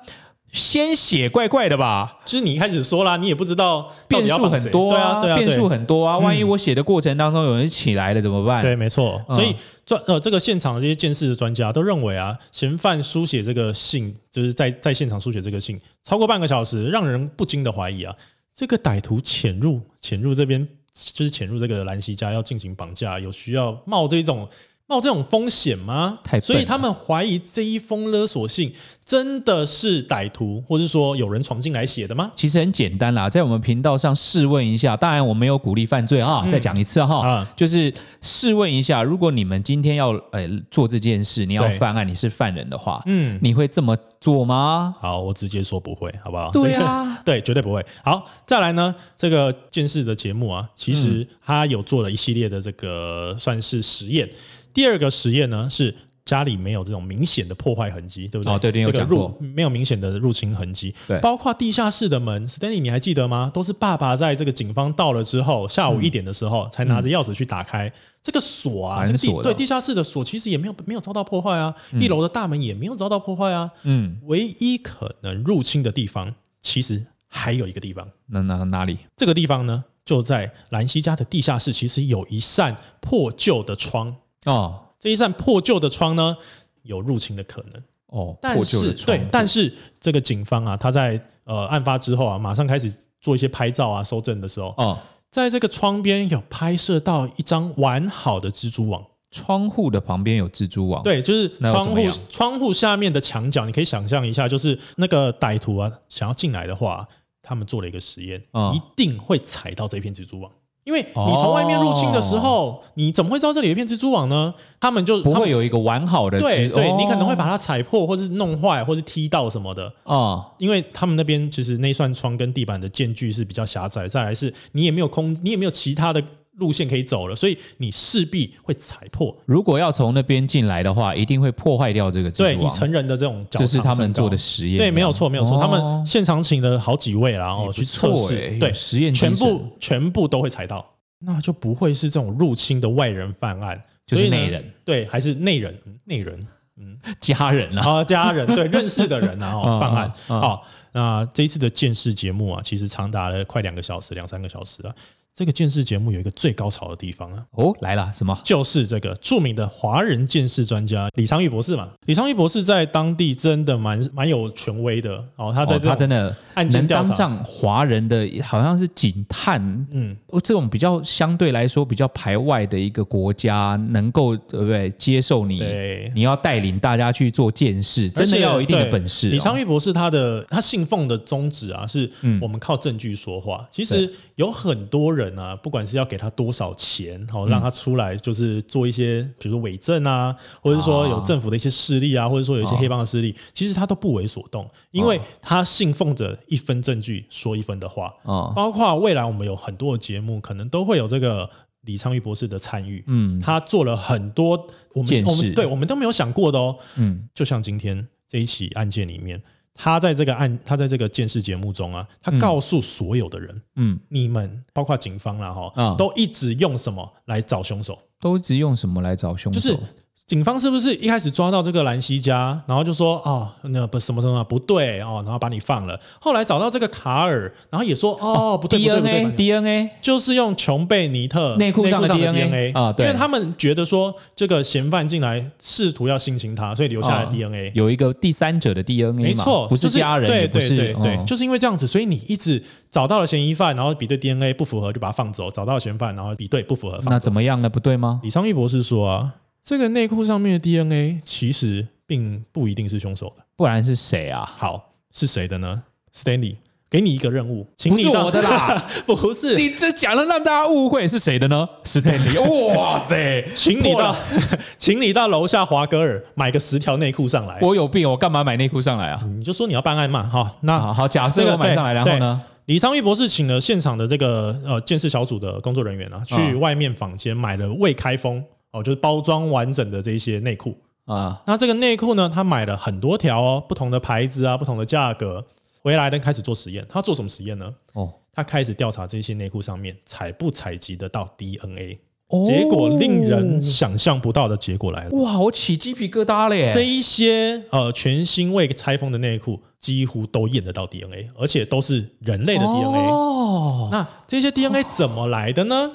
[SPEAKER 2] 先写怪怪的吧，
[SPEAKER 1] 就是你一开始说啦，你也不知道到
[SPEAKER 2] 变
[SPEAKER 1] 底要
[SPEAKER 2] 数
[SPEAKER 1] 绑
[SPEAKER 2] 很
[SPEAKER 1] 谁
[SPEAKER 2] 多
[SPEAKER 1] 对啊，对啊，
[SPEAKER 2] 变
[SPEAKER 1] 对
[SPEAKER 2] 数很多啊。万一我写的过程当中有人起来了怎么办？
[SPEAKER 1] 对，没错。
[SPEAKER 2] 嗯
[SPEAKER 1] 所以专呃，这个现场的这些鉴识的专家都认为啊，嫌犯书写这个信，就是在在现场书写这个信，超过半个小时，让人不禁的怀疑啊，这个歹徒潜入潜入这边，就是潜入这个兰西家要进行绑架，有需要冒这种冒这种风险吗？
[SPEAKER 2] 太笨了
[SPEAKER 1] 所以他们怀疑这一封勒索信真的是歹徒，或是说有人闯进来写的吗？
[SPEAKER 2] 其实很简单啦，在我们频道上试问一下，当然我没有鼓励犯罪啊，再讲一次哈，
[SPEAKER 1] 嗯啊
[SPEAKER 2] 就是试问一下，如果你们今天要呃做这件事，你要
[SPEAKER 1] 对
[SPEAKER 2] 犯案，你是犯人的话，
[SPEAKER 1] 嗯，
[SPEAKER 2] 你会这么做吗？
[SPEAKER 1] 好，我直接说不会，好不好？
[SPEAKER 2] 对
[SPEAKER 1] 这个
[SPEAKER 2] 啊，
[SPEAKER 1] 对，绝对不会。好，再来呢，这个电视的节目啊，其实它有做了一系列的这个算是实验。第二个实验呢是。家里没有这种明显的破坏痕迹，对不对？
[SPEAKER 2] 哦对对
[SPEAKER 1] 这
[SPEAKER 2] 有
[SPEAKER 1] 个
[SPEAKER 2] 讲
[SPEAKER 1] 入
[SPEAKER 2] 过
[SPEAKER 1] 没有明显的入侵痕迹，
[SPEAKER 2] 对
[SPEAKER 1] 包括地下室的门，Stanley 你还记得吗？都是爸爸在这个警方到了之后，下午一点的时候、才拿着钥匙去打开这个锁啊，
[SPEAKER 2] 反
[SPEAKER 1] 这个地
[SPEAKER 2] 锁的
[SPEAKER 1] 对地下室的锁其实也没有没有遭到破坏啊，一楼的大门也没有遭到破坏啊，
[SPEAKER 2] 嗯，
[SPEAKER 1] 唯一可能入侵的地方，其实还有一个地方。
[SPEAKER 2] 那那哪里？
[SPEAKER 1] 这个地方呢，就在兰西家的地下室，其实有一扇破旧的窗。
[SPEAKER 2] 哦
[SPEAKER 1] 这一扇破旧的窗呢，有入侵的可能。
[SPEAKER 2] 哦，
[SPEAKER 1] 但
[SPEAKER 2] 破旧
[SPEAKER 1] 是
[SPEAKER 2] 的窗
[SPEAKER 1] 对
[SPEAKER 2] 户，
[SPEAKER 1] 但是这个警方啊，他在呃案发之后啊，马上开始做一些拍照啊、搜证的时候，
[SPEAKER 2] 哦，
[SPEAKER 1] 在这个窗边有拍摄到一张完好的蜘蛛网。
[SPEAKER 2] 窗户的旁边有蜘蛛网，，
[SPEAKER 1] 对，就是
[SPEAKER 2] 哦那又
[SPEAKER 1] 窗
[SPEAKER 2] 怎么
[SPEAKER 1] 户
[SPEAKER 2] 样
[SPEAKER 1] 窗户下面的墙角，你可以想象一下，就是那个歹徒啊，想要进来的话，他们做了一个实验，
[SPEAKER 2] 嗯
[SPEAKER 1] 一定会踩到这片蜘蛛网。因为你从外面入侵的时候，你怎么会知道这里有一片蜘蛛网呢？他们就
[SPEAKER 2] 哦不
[SPEAKER 1] 他
[SPEAKER 2] 会
[SPEAKER 1] 们
[SPEAKER 2] 有一个完好的
[SPEAKER 1] 对
[SPEAKER 2] 蜘，
[SPEAKER 1] 对，
[SPEAKER 2] 哦
[SPEAKER 1] 你可能会把它踩破，或是弄坏，或是踢到什么的。
[SPEAKER 2] 哦，
[SPEAKER 1] 因为他们那边其实那扇窗跟地板的间距是比较狭窄，再来是你也没有空，你也没有其他的路线可以走了，所以你势必会踩破
[SPEAKER 2] 如果要从那边进来的话，一定会破坏掉这个
[SPEAKER 1] 对
[SPEAKER 2] 蜘蛛
[SPEAKER 1] 以
[SPEAKER 2] 网。
[SPEAKER 1] 成人的这种脚
[SPEAKER 2] 这是
[SPEAKER 1] 长
[SPEAKER 2] 他们
[SPEAKER 1] 身高
[SPEAKER 2] 做的实验，
[SPEAKER 1] 对，没有错，没有错，
[SPEAKER 2] 哦
[SPEAKER 1] 他们现场请了好几位啦，然后
[SPEAKER 2] 也不
[SPEAKER 1] 去测
[SPEAKER 2] 错
[SPEAKER 1] 试
[SPEAKER 2] 欸，有
[SPEAKER 1] 对，
[SPEAKER 2] 实验
[SPEAKER 1] 全
[SPEAKER 2] 精神
[SPEAKER 1] 部全部都会踩到，那就不会是这种入侵的外人犯案，
[SPEAKER 2] 就
[SPEAKER 1] 所
[SPEAKER 2] 是
[SPEAKER 1] 以呢
[SPEAKER 2] 内人，
[SPEAKER 1] 对，还是内人，嗯内人，
[SPEAKER 2] 家人啊，
[SPEAKER 1] 然后家人， 对，认识的人啊，哦
[SPEAKER 2] 嗯
[SPEAKER 1] 犯案，
[SPEAKER 2] 嗯嗯
[SPEAKER 1] 哦，那这一次的见识节目啊，其实长达了快两个小时，两三个小时啊，这个见识节目有一个最高潮的地方啊，
[SPEAKER 2] 哦，来了什么？
[SPEAKER 1] 就是这个著名的华人见识专家李昌钰博士嘛。李昌钰博士在当地真的蛮蛮有权威的哦，他在
[SPEAKER 2] 哦
[SPEAKER 1] 这种、
[SPEAKER 2] 他真的
[SPEAKER 1] 案件
[SPEAKER 2] 能
[SPEAKER 1] 调
[SPEAKER 2] 当
[SPEAKER 1] 查，
[SPEAKER 2] 上华人的，好像是警探，
[SPEAKER 1] 嗯，
[SPEAKER 2] 哦这种比较相对来说比较排外的一个国家，能够对不对接受你？
[SPEAKER 1] 对。
[SPEAKER 2] 你要带领大家去做见识，真的要有一定的
[SPEAKER 1] 对
[SPEAKER 2] 本事哦。
[SPEAKER 1] 李昌钰博士他的他信奉的宗旨啊，是
[SPEAKER 2] 嗯
[SPEAKER 1] 我们靠证据说话。其实有很多人啊，不管是要给他多少钱，好、
[SPEAKER 2] 嗯
[SPEAKER 1] 让他出来，就是做一些，比如说伪证啊，或者说
[SPEAKER 2] 啊
[SPEAKER 1] 有政府的一些势力啊，或者说有一些
[SPEAKER 2] 啊
[SPEAKER 1] 黑帮的势力，其实他都不为所动，因为
[SPEAKER 2] 啊
[SPEAKER 1] 他信奉着一分证据说一分的话。
[SPEAKER 2] 哦，
[SPEAKER 1] 包括未来我们有很多的节目，可能都会有这个李昌钰博士的参与。
[SPEAKER 2] 嗯
[SPEAKER 1] 他做了很多我
[SPEAKER 2] 见
[SPEAKER 1] 们
[SPEAKER 2] 识
[SPEAKER 1] 我们对我们都没有想过的哦。
[SPEAKER 2] 嗯，
[SPEAKER 1] 就像今天这一起案件里面，他在这个案他在这个监视节目中啊，他告诉所有的人，
[SPEAKER 2] 嗯，
[SPEAKER 1] 你们包括警方啦哈、
[SPEAKER 2] 啊
[SPEAKER 1] 都一直用什么来找凶手？
[SPEAKER 2] 都一直用什么来找凶
[SPEAKER 1] 就是
[SPEAKER 2] 手？
[SPEAKER 1] 警方是不是一开始抓到这个兰西家，然后就说哦，那不什么什么不对哦，然后把你放了。后来找到这个卡尔，然后也说哦，不对不对不对，不对
[SPEAKER 2] DNA DNA
[SPEAKER 1] 就是用琼贝尼特
[SPEAKER 2] 内裤上
[SPEAKER 1] 上
[SPEAKER 2] 的
[SPEAKER 1] DNA
[SPEAKER 2] DNA 啊对
[SPEAKER 1] 因为他们觉得说这个嫌犯进来试图要性侵他，所以留下了
[SPEAKER 2] 啊
[SPEAKER 1] DNA。
[SPEAKER 2] 有一个第三者的 DNA
[SPEAKER 1] 没
[SPEAKER 2] 嘛
[SPEAKER 1] 错，
[SPEAKER 2] 不是
[SPEAKER 1] 就是
[SPEAKER 2] 家人，
[SPEAKER 1] 对
[SPEAKER 2] 也不
[SPEAKER 1] 对
[SPEAKER 2] 是
[SPEAKER 1] 对对，
[SPEAKER 2] 嗯
[SPEAKER 1] 就是因为这样子，所以你一直找到了嫌疑犯，然后比对 DNA 不符合就把他放走，找到嫌犯然后比对不符合放
[SPEAKER 2] 那怎么样呢？不对吗？
[SPEAKER 1] 李昌钰博士说啊，这个内裤上面的 DNA 其实并不一定是凶手的。
[SPEAKER 2] 不然是谁啊？
[SPEAKER 1] 好，是谁的呢？Stanley，给你一个任务，请
[SPEAKER 2] 不
[SPEAKER 1] 你
[SPEAKER 2] 是
[SPEAKER 1] 到
[SPEAKER 2] 我的，啦！
[SPEAKER 1] 不是，
[SPEAKER 2] 你这讲了让大家误会是谁的呢？是 Danny。哇塞，
[SPEAKER 1] 请你
[SPEAKER 2] 破
[SPEAKER 1] 到
[SPEAKER 2] 了，
[SPEAKER 1] 请你到楼下华格尔买个十条内裤上来。
[SPEAKER 2] 我有病，我干嘛买内裤上来啊？
[SPEAKER 1] 你就说你要办案嘛，哈，那
[SPEAKER 2] 好好，假
[SPEAKER 1] 啊这
[SPEAKER 2] 设
[SPEAKER 1] 个
[SPEAKER 2] 我买
[SPEAKER 1] 对
[SPEAKER 2] 上来，然后呢？
[SPEAKER 1] 李昌钰博士请了现场的这个呃建设小组的工作人员啊，去
[SPEAKER 2] 嗯
[SPEAKER 1] 外面坊间买了未开封哦，就是包装完整的这一些内裤。
[SPEAKER 2] 啊，
[SPEAKER 1] 那这个内裤呢，他买了很多条哦，不同的牌子啊，不同的价格。回来呢，开始做实验。他做什么实验呢？
[SPEAKER 2] 哦，
[SPEAKER 1] 他开始调查这些内裤上面采不采集得到 DNA。结
[SPEAKER 2] 哦
[SPEAKER 1] 果令人想象不到的结果来了。
[SPEAKER 2] 哇，我起鸡皮疙瘩了
[SPEAKER 1] 这
[SPEAKER 2] 耶！
[SPEAKER 1] 一些呃全新未拆封的内裤，几乎都验得到 DNA，而且都是人类的 DNA。
[SPEAKER 2] 哦，
[SPEAKER 1] 那这些 DNA 怎么来的 呢？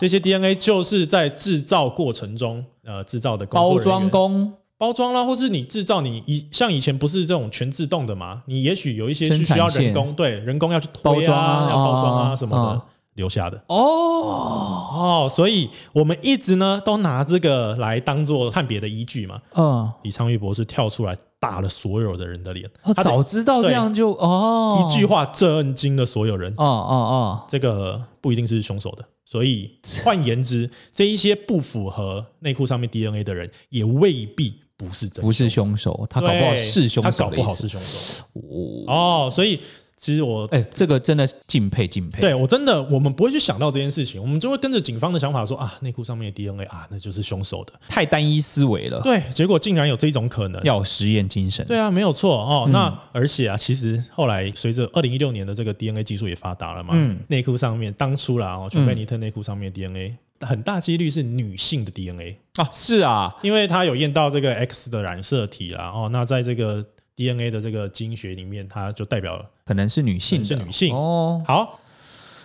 [SPEAKER 1] 这些 DNA 就是在制造过程中，呃，制造的工作
[SPEAKER 2] 包
[SPEAKER 1] 人员
[SPEAKER 2] 装工
[SPEAKER 1] 包装啦，或是你制造你以像以前不是这种全自动的嘛，你也许有一些是
[SPEAKER 2] 生产
[SPEAKER 1] 需要人
[SPEAKER 2] 线
[SPEAKER 1] 工，对，人工要去
[SPEAKER 2] 包
[SPEAKER 1] 推
[SPEAKER 2] 装
[SPEAKER 1] 啊，
[SPEAKER 2] 啊
[SPEAKER 1] 要包装啊
[SPEAKER 2] 啊
[SPEAKER 1] 什么的
[SPEAKER 2] 啊
[SPEAKER 1] 留下的。
[SPEAKER 2] 哦，
[SPEAKER 1] 哦，所以我们一直呢都拿这个来当做判别的依据嘛。
[SPEAKER 2] 嗯，
[SPEAKER 1] 李昌钰博士跳出来打了所有的人的脸，
[SPEAKER 2] 哦
[SPEAKER 1] 他的
[SPEAKER 2] 早知道这样就哦，
[SPEAKER 1] 一句，话震惊了所有人。
[SPEAKER 2] 哦哦
[SPEAKER 1] 这个不一定是凶手的。所以换言之，这一些不符合内裤上面 DNA 的人，也未必不是
[SPEAKER 2] 哦，
[SPEAKER 1] 真
[SPEAKER 2] 不是凶手，他
[SPEAKER 1] 他
[SPEAKER 2] 搞不好是凶手的意思，
[SPEAKER 1] 他搞不好是凶手。
[SPEAKER 2] 哦，
[SPEAKER 1] 哦，所以其实我。
[SPEAKER 2] 哎，这个真的敬佩敬佩，
[SPEAKER 1] 对我真的，我们不会去想到这件事情，我们就会跟着警方的想法说啊，内裤上面的 DNA 啊，那就是凶手的。
[SPEAKER 2] 太单一思维了，
[SPEAKER 1] 对，结果竟然有这种可能。
[SPEAKER 2] 要有实验精神，
[SPEAKER 1] 对啊，没有错哦。
[SPEAKER 2] 嗯
[SPEAKER 1] 那而且啊，其实后来随着二零一六年的这个 DNA 技术也发达了嘛，
[SPEAKER 2] 嗯
[SPEAKER 1] 内裤上面当初啦哦，琼贝尼特内裤上面的 DNA、很大几率是女性的 DNA，
[SPEAKER 2] 啊，是啊，
[SPEAKER 1] 因为它有验到这个 X 的染色体啦哦，那在这个 DNA 的这个基因学里面，它就代表了
[SPEAKER 2] 可能是女性的，
[SPEAKER 1] 是女性
[SPEAKER 2] 哦，
[SPEAKER 1] 好。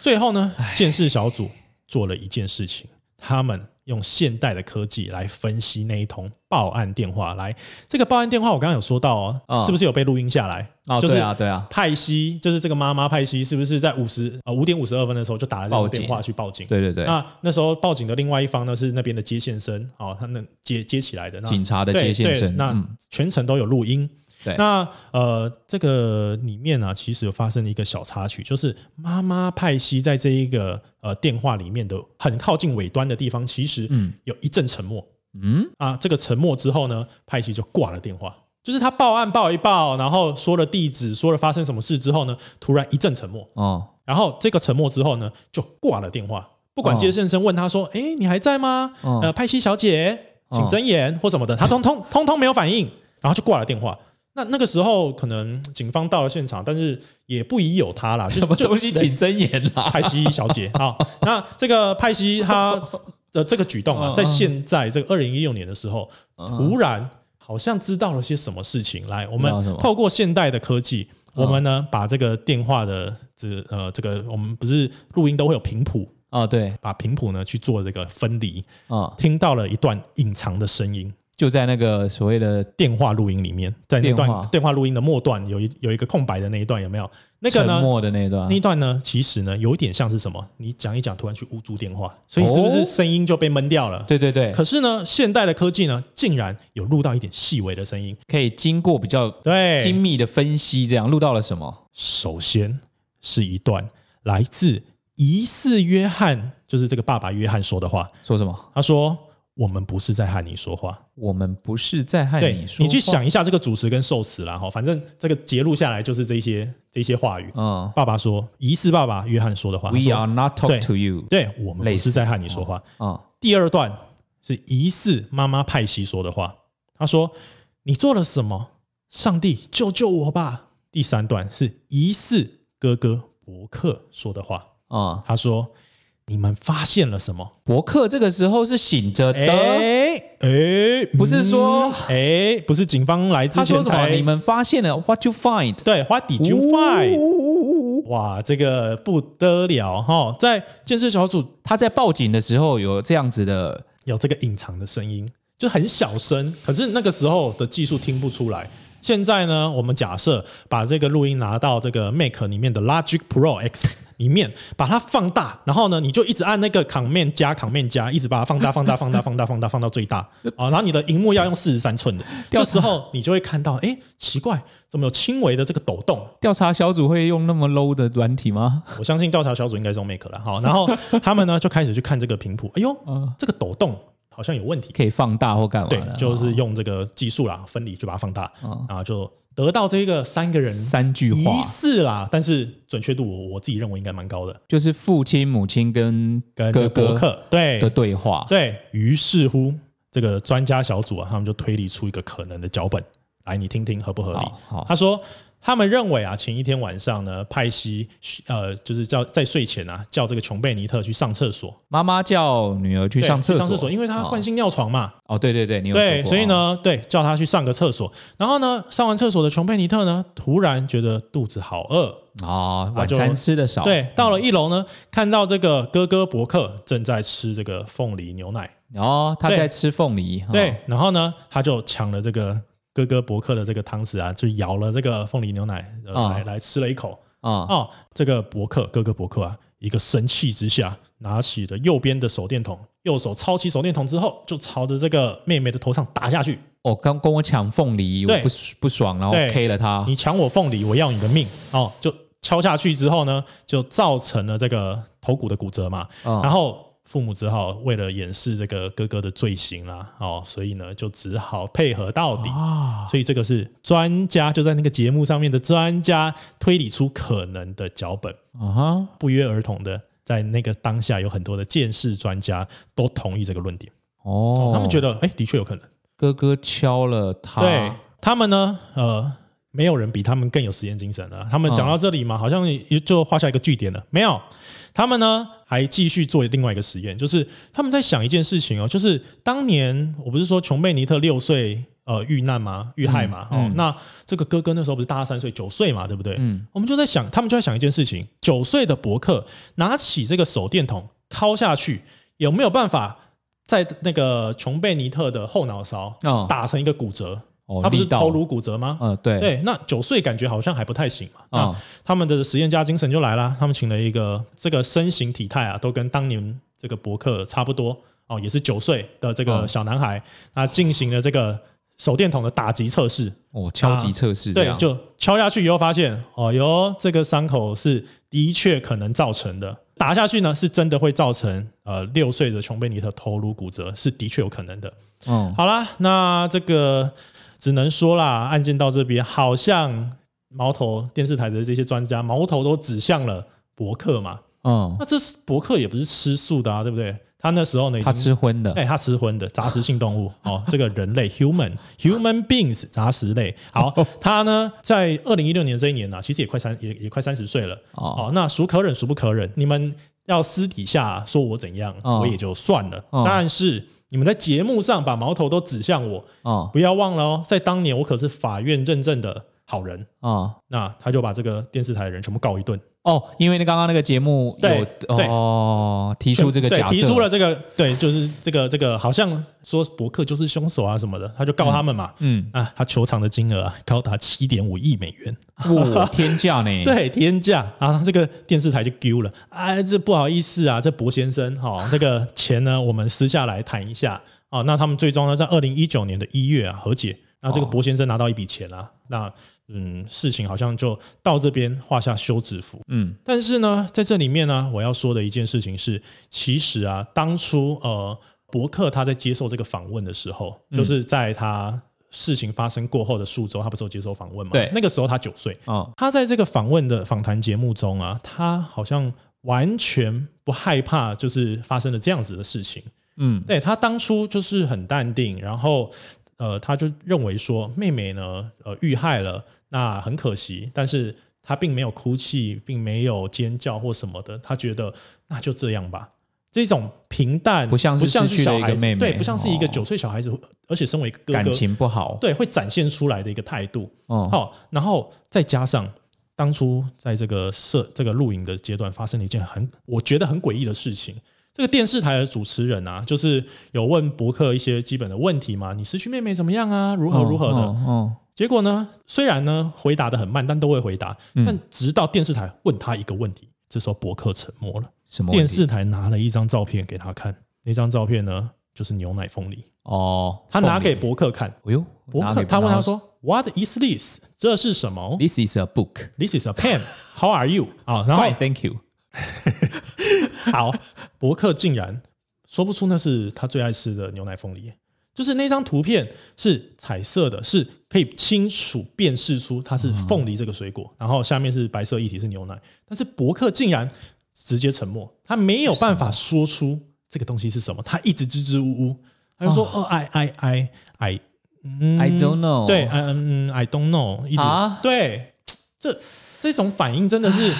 [SPEAKER 1] 最后呢，鉴识小组做了一件事情，他们用现代的科技来分析那一通报案电话。来，这个报案电话我刚刚有说到哦，
[SPEAKER 2] 嗯
[SPEAKER 1] 是不是有被录音下来？
[SPEAKER 2] 哦，
[SPEAKER 1] 就是
[SPEAKER 2] 对啊对啊，
[SPEAKER 1] 派西，就是这个妈妈派西，是不是在五十呃五点五十二分的时候就打了这个
[SPEAKER 2] 报警
[SPEAKER 1] 电话去报警？
[SPEAKER 2] 对对对，
[SPEAKER 1] 那那时候报警的另外一方呢是那边的接线生，哦，他能接接起来的。那
[SPEAKER 2] 警察的
[SPEAKER 1] 对
[SPEAKER 2] 接线
[SPEAKER 1] 对
[SPEAKER 2] 生，
[SPEAKER 1] 那
[SPEAKER 2] 嗯
[SPEAKER 1] 全程都有录音。
[SPEAKER 2] 对
[SPEAKER 1] 那呃，这个里面啊，其实有发生一个小插曲，就是妈妈派西在这一个呃电话里面的很靠近尾端的地方，其实
[SPEAKER 2] 嗯
[SPEAKER 1] 有一阵沉默
[SPEAKER 2] 嗯，
[SPEAKER 1] 啊。这个沉默之后呢，派西就挂了电话，就是他报案报一报，然后说了地址，说了发生什么事之后呢，突然一阵沉默，
[SPEAKER 2] 哦。
[SPEAKER 1] 然后这个沉默之后呢，就挂了电话。不管
[SPEAKER 2] 哦
[SPEAKER 1] 接线生问他说：“哎、你还在吗？
[SPEAKER 2] 哦
[SPEAKER 1] 呃，派西小姐，请
[SPEAKER 2] 哦
[SPEAKER 1] 睁眼、或什么的。”他通通通通没有反应，然后就挂了电话。那那个时候可能嗯警方到了现场，但是也不疑有他啦。就
[SPEAKER 2] 什么
[SPEAKER 1] 就
[SPEAKER 2] 东西
[SPEAKER 1] 对
[SPEAKER 2] 请睁眼啦？
[SPEAKER 1] 派西小姐好，那这个派西她的这个举动啊，
[SPEAKER 2] 嗯
[SPEAKER 1] 在现在这个二零一六年的时候，突然好像知道了些什么事情。来，我们
[SPEAKER 2] 知道什么
[SPEAKER 1] 透过现代的科技，
[SPEAKER 2] 嗯
[SPEAKER 1] 我们呢把这个电话的这呃这个我们不是录音都会有频谱，
[SPEAKER 2] 哦，对，
[SPEAKER 1] 把频谱呢去做这个分离，
[SPEAKER 2] 啊，
[SPEAKER 1] 听到了一段隐藏的声音。
[SPEAKER 2] 就在那个所谓的
[SPEAKER 1] 电话录音里面，在那
[SPEAKER 2] 电
[SPEAKER 1] 段
[SPEAKER 2] 话
[SPEAKER 1] 电话录音的末段有一有一个空白的那一段，有没有？那个
[SPEAKER 2] 沉
[SPEAKER 1] 呢？
[SPEAKER 2] 默的那一段
[SPEAKER 1] 那一段呢，其实呢，有一点像是什么？你讲一讲，突然去捂住电话，所以是不是
[SPEAKER 2] 哦
[SPEAKER 1] 声音就被闷掉了？
[SPEAKER 2] 对对对，
[SPEAKER 1] 可是呢，现代的科技呢，竟然有录到一点细微的声音。
[SPEAKER 2] 可以经过比较精
[SPEAKER 1] 对，
[SPEAKER 2] 密的分析，这样录到了什么？
[SPEAKER 1] 首先是一段来自疑似约翰，就是这个爸爸约翰说的话。
[SPEAKER 2] 说什么？
[SPEAKER 1] 他说：“我们不是在和你说话。
[SPEAKER 2] 我们不是在和
[SPEAKER 1] 对
[SPEAKER 2] 你说，
[SPEAKER 1] 你去，想一下这个主词跟受词啦，哈，反正这个截录下来就是这些这些话语。
[SPEAKER 2] 嗯
[SPEAKER 1] 爸爸说，疑似爸爸约翰说的话。他
[SPEAKER 2] ，We
[SPEAKER 1] 说
[SPEAKER 2] are not talk
[SPEAKER 1] 对
[SPEAKER 2] to you，
[SPEAKER 1] 对我们
[SPEAKER 2] 类
[SPEAKER 1] 不
[SPEAKER 2] 似
[SPEAKER 1] 是在和你说话。
[SPEAKER 2] 啊，
[SPEAKER 1] 第二段是疑似妈妈派西说的话，他说：“你做了什么？上帝救救我吧！”第三段是疑似哥哥伯克说的话，
[SPEAKER 2] 啊，
[SPEAKER 1] 他说：“你们发现了什么？
[SPEAKER 2] 伯克这个时候是醒着的，
[SPEAKER 1] 哎哎，
[SPEAKER 2] 不是说
[SPEAKER 1] 嗯哎，不是警方来之
[SPEAKER 2] 他
[SPEAKER 1] 前
[SPEAKER 2] 说什么？
[SPEAKER 1] 才
[SPEAKER 2] 你们发现了 what you find？
[SPEAKER 1] 对，What did you
[SPEAKER 2] 呜
[SPEAKER 1] find？
[SPEAKER 2] 呜呜呜呜
[SPEAKER 1] 哇，这个不得了哈！在建设小组
[SPEAKER 2] 他在报警的时候有这样子的，
[SPEAKER 1] 有这个隐藏的声音，就很小声，可是那个时候的技术听不出来。现在呢，我们假设把这个录音拿到这个 Mac 里面的 Logic Pro X 里面，把它放大，然后呢，你就一直按那个 Command 加 Command 加，一直把它放大、放大、放大、放大、放大、放到最大啊、然后你的荧幕要用四十三寸的，这时候你就会看到，哎，奇怪，怎么有轻微的这个抖动？
[SPEAKER 2] 调查小组会用那么 low 的软体吗？
[SPEAKER 1] 我相信调查小组应该是用 Mac 了。好，然后他们呢就开始去看这个频谱，哎呦，
[SPEAKER 2] 嗯，
[SPEAKER 1] 这个抖动好像有问题。
[SPEAKER 2] 可以放大或干嘛
[SPEAKER 1] 对
[SPEAKER 2] 的？，
[SPEAKER 1] 就是用这个技术啦，分离就把它放大，
[SPEAKER 2] 嗯
[SPEAKER 1] 然后就得到这个三个人
[SPEAKER 2] 三句话
[SPEAKER 1] 疑，似啦，但是准确度我我自己认为应该蛮高的，
[SPEAKER 2] 就是父亲、母亲跟
[SPEAKER 1] 跟这
[SPEAKER 2] 哥
[SPEAKER 1] 个博
[SPEAKER 2] 哥
[SPEAKER 1] 客对
[SPEAKER 2] 的对话。
[SPEAKER 1] 对于是乎，这个专家小组啊，他们就推理出一个可能的脚本来，你听听合不合理？
[SPEAKER 2] 好好，
[SPEAKER 1] 他说，他们认为啊，前一天晚上呢，派西呃，就是叫在睡前啊，叫这个琼贝尼特去上厕所，
[SPEAKER 2] 妈妈叫女儿去
[SPEAKER 1] 对
[SPEAKER 2] 上
[SPEAKER 1] 去
[SPEAKER 2] 厕
[SPEAKER 1] 上厕所，因为他
[SPEAKER 2] 哦
[SPEAKER 1] 惯性尿床嘛，
[SPEAKER 2] 哦，对对对，你有说
[SPEAKER 1] 对，
[SPEAKER 2] 过
[SPEAKER 1] 所以
[SPEAKER 2] 哦
[SPEAKER 1] 呢，对，叫他去上个厕所。然后呢，上完厕所的琼贝尼特呢，突然觉得肚子好饿。
[SPEAKER 2] 哦，
[SPEAKER 1] 他
[SPEAKER 2] 晚
[SPEAKER 1] 啊就
[SPEAKER 2] 餐吃的少，
[SPEAKER 1] 对，到了一楼呢，看到这个哥哥伯克正在吃这个凤梨牛奶。
[SPEAKER 2] 哦，他
[SPEAKER 1] 对
[SPEAKER 2] 在吃凤梨，哦
[SPEAKER 1] 对，然后呢，他就抢了这个哥哥伯克的这个汤匙啊，就舀了这个凤梨牛奶、呃
[SPEAKER 2] 哦
[SPEAKER 1] 来来吃了一口。
[SPEAKER 2] 啊，
[SPEAKER 1] 哦，这个伯克哥哥伯克啊，一个神气之下，拿起了右边的手电筒，右手抄起手电筒之后，就朝着这个妹妹的头上打下去。
[SPEAKER 2] 哦，刚跟我抢凤梨，我
[SPEAKER 1] 对
[SPEAKER 2] 不不爽，然后
[SPEAKER 1] 对
[SPEAKER 2] K 了他，
[SPEAKER 1] 你抢我凤梨，我要你的命哦！就敲下去之后呢，就造成了这个头骨的骨折嘛。
[SPEAKER 2] 嗯
[SPEAKER 1] 然后父母只好为了掩饰这个哥哥的罪行啦，哦，所以呢就只好配合到底。
[SPEAKER 2] 啊，
[SPEAKER 1] 所以这个是专家就在那个节目上面的专家推理出可能的脚本，
[SPEAKER 2] 啊哈，
[SPEAKER 1] 不约而同的。在那个当下，有很多的见识专家都同意这个论点，
[SPEAKER 2] 哦，
[SPEAKER 1] 他们觉
[SPEAKER 2] 得
[SPEAKER 1] 得，哎、的确有可能。
[SPEAKER 2] 哥哥敲了他，
[SPEAKER 1] 对他们呢，呃，没有人比他们更有实验精神了。他们讲到这里嘛，好像也就画下一个句点了。没有，他们呢还继续做另外一个实验，就是他们在想一件事情哦，就是当年我不是说琼贝尼特六岁呃遇难吗？遇害嘛？
[SPEAKER 2] 嗯
[SPEAKER 1] 哦，
[SPEAKER 2] 嗯
[SPEAKER 1] 那这个哥哥那时候不是大他三岁，九岁嘛，对不对？
[SPEAKER 2] 嗯，
[SPEAKER 1] 我们就在想，他们就在想一件事情：九岁的伯克拿起这个手电筒敲下去，有没有办法在那个琼贝尼特的后脑勺
[SPEAKER 2] 哦，
[SPEAKER 1] 打成一个骨折？
[SPEAKER 2] 哦，
[SPEAKER 1] 他不是
[SPEAKER 2] 力道
[SPEAKER 1] 头，颅骨折吗？
[SPEAKER 2] 嗯，对，
[SPEAKER 1] 对，那九岁感觉好像还不太行嘛。那
[SPEAKER 2] 啊，
[SPEAKER 1] 他们的实验家精神就来啦，他们请了一个这个身形体态啊，都跟当年这个伯克差不多哦，也是九岁的这个
[SPEAKER 2] 嗯
[SPEAKER 1] 小男孩，那进行了这个手电筒的打击测试。
[SPEAKER 2] 哦，敲击测试这
[SPEAKER 1] 啊对，
[SPEAKER 2] 样，
[SPEAKER 1] 就敲下去以后发现，哦哟，这个伤口是的确可能造成的。打下去呢，是真的会造成呃六岁的琼贝尼特头颅骨折，是的确有可能的。
[SPEAKER 2] 嗯，
[SPEAKER 1] 好啦，那这个只能说啦，案件到这边，好像矛头电视台的这些专家矛头都指向了伯克嘛。
[SPEAKER 2] 嗯，
[SPEAKER 1] 那这是伯克也不是吃素的啊，对不对？他那时候呢，已
[SPEAKER 2] 他
[SPEAKER 1] 经
[SPEAKER 2] 吃荤的，
[SPEAKER 1] 哎、他吃荤的，杂食性动 物哦，这个人类 human human beings 杂食类。 好，他呢在二零一六年这一年呢、啊，其实也快三也也快三十岁了
[SPEAKER 2] 哦，
[SPEAKER 1] 哦。那孰可忍孰不可忍？你们要私底下说我怎样，
[SPEAKER 2] 哦
[SPEAKER 1] 我也就算了。
[SPEAKER 2] 哦
[SPEAKER 1] 但是你们在节目上把矛头都指向我，
[SPEAKER 2] 哦，
[SPEAKER 1] 不要忘了哦，在当年我可是法院认证的好人。
[SPEAKER 2] 哦，
[SPEAKER 1] 那他就把这个电视台的人全部告一顿，
[SPEAKER 2] 哦，因为那刚刚那个节目
[SPEAKER 1] 对
[SPEAKER 2] 有
[SPEAKER 1] 对
[SPEAKER 2] 哦提出这个
[SPEAKER 1] 对
[SPEAKER 2] 假设，
[SPEAKER 1] 提出了这个对，就是这个这个，好像说伯克就是凶手啊什么的，他就告他们嘛。
[SPEAKER 2] 嗯，
[SPEAKER 1] 啊，他球场的金额、啊、高达七点五亿美元，
[SPEAKER 2] 哇，天价呢，
[SPEAKER 1] 对天价啊！这个电视台就丢了，哎，这不好意思啊，这博先生哈、哦，这个钱呢，我们私下来谈一下啊。那他们最终呢，在二零一九年的一月啊和解，那这个
[SPEAKER 2] 哦
[SPEAKER 1] 博先生拿到一笔钱啊，那嗯，事情好像就到这边画下休止符。
[SPEAKER 2] 嗯，
[SPEAKER 1] 但是呢，在这里面呢，我要说的一件事情是，其实啊，当初呃，伯克他在接受这个访问的时候，就是在他事情发生过后的数周，他不是有接受访问嘛？
[SPEAKER 2] 对
[SPEAKER 1] 那个时候他九岁，
[SPEAKER 2] 哦，
[SPEAKER 1] 他在这个访问的访谈节目中啊，他好像完全不害怕，就是发生了这样子的事情。
[SPEAKER 2] 嗯，
[SPEAKER 1] 对他当初就是很淡定，然后呃，他就认为说妹妹呢呃遇害了，那很可惜，但是他并没有哭泣，并没有尖叫或什么的，他觉得那就这样吧。这种平淡，
[SPEAKER 2] 不像是
[SPEAKER 1] 不像
[SPEAKER 2] 失去了
[SPEAKER 1] 小
[SPEAKER 2] 一个
[SPEAKER 1] 孩子，
[SPEAKER 2] 妹妹
[SPEAKER 1] 对，不像是一个
[SPEAKER 2] 哦
[SPEAKER 1] 九岁小孩子，而且身为一个哥
[SPEAKER 2] 感
[SPEAKER 1] 哥，
[SPEAKER 2] 情不好，
[SPEAKER 1] 对，会展现出来的一个态度。
[SPEAKER 2] 哦，
[SPEAKER 1] 好、然后再加上当初在这个社这个录影的阶段发生了一件很我觉得很诡异的事情。这个电视台的主持人啊，就是有问博客一些基本的问题嘛，你失去妹妹怎么样啊？如何如何的？
[SPEAKER 2] 哦，哦
[SPEAKER 1] 结果呢，虽然呢回答的很慢，但都会回答。
[SPEAKER 2] 嗯
[SPEAKER 1] 但直到电视台问他一个问题，这时候博客沉默了。
[SPEAKER 2] 什么问
[SPEAKER 1] 电
[SPEAKER 2] 题
[SPEAKER 1] 视台拿了一张照片给他看，那张照片呢就是牛奶凤梨，
[SPEAKER 2] 哦，
[SPEAKER 1] 他拿
[SPEAKER 2] 凤梨
[SPEAKER 1] 给，博客看，
[SPEAKER 2] 哎呦，
[SPEAKER 1] 博
[SPEAKER 2] 拿
[SPEAKER 1] 客
[SPEAKER 2] 给
[SPEAKER 1] 他问他
[SPEAKER 2] 拿
[SPEAKER 1] 说：“What is this？这是什么
[SPEAKER 2] ，This is a book，
[SPEAKER 1] ？This is a pen. How are you？” 啊，然后
[SPEAKER 2] Fine, Thank you，
[SPEAKER 1] 好，博客竟然说不出那是他最爱吃的牛奶凤梨，就是那张图片是彩色的，是可以清楚辨识出它
[SPEAKER 2] 嗯
[SPEAKER 1] 是凤梨这个水果，然后下面是白色液体是牛奶，但是博客竟然直接沉默，他没有办法说出这个东西是什么，他一直支支吾吾，他就说哦，I I I I，嗯
[SPEAKER 2] I don't know
[SPEAKER 1] 对，I- 嗯嗯，I don't know，一直、
[SPEAKER 2] 哦啊
[SPEAKER 1] 对，这这种反应真的是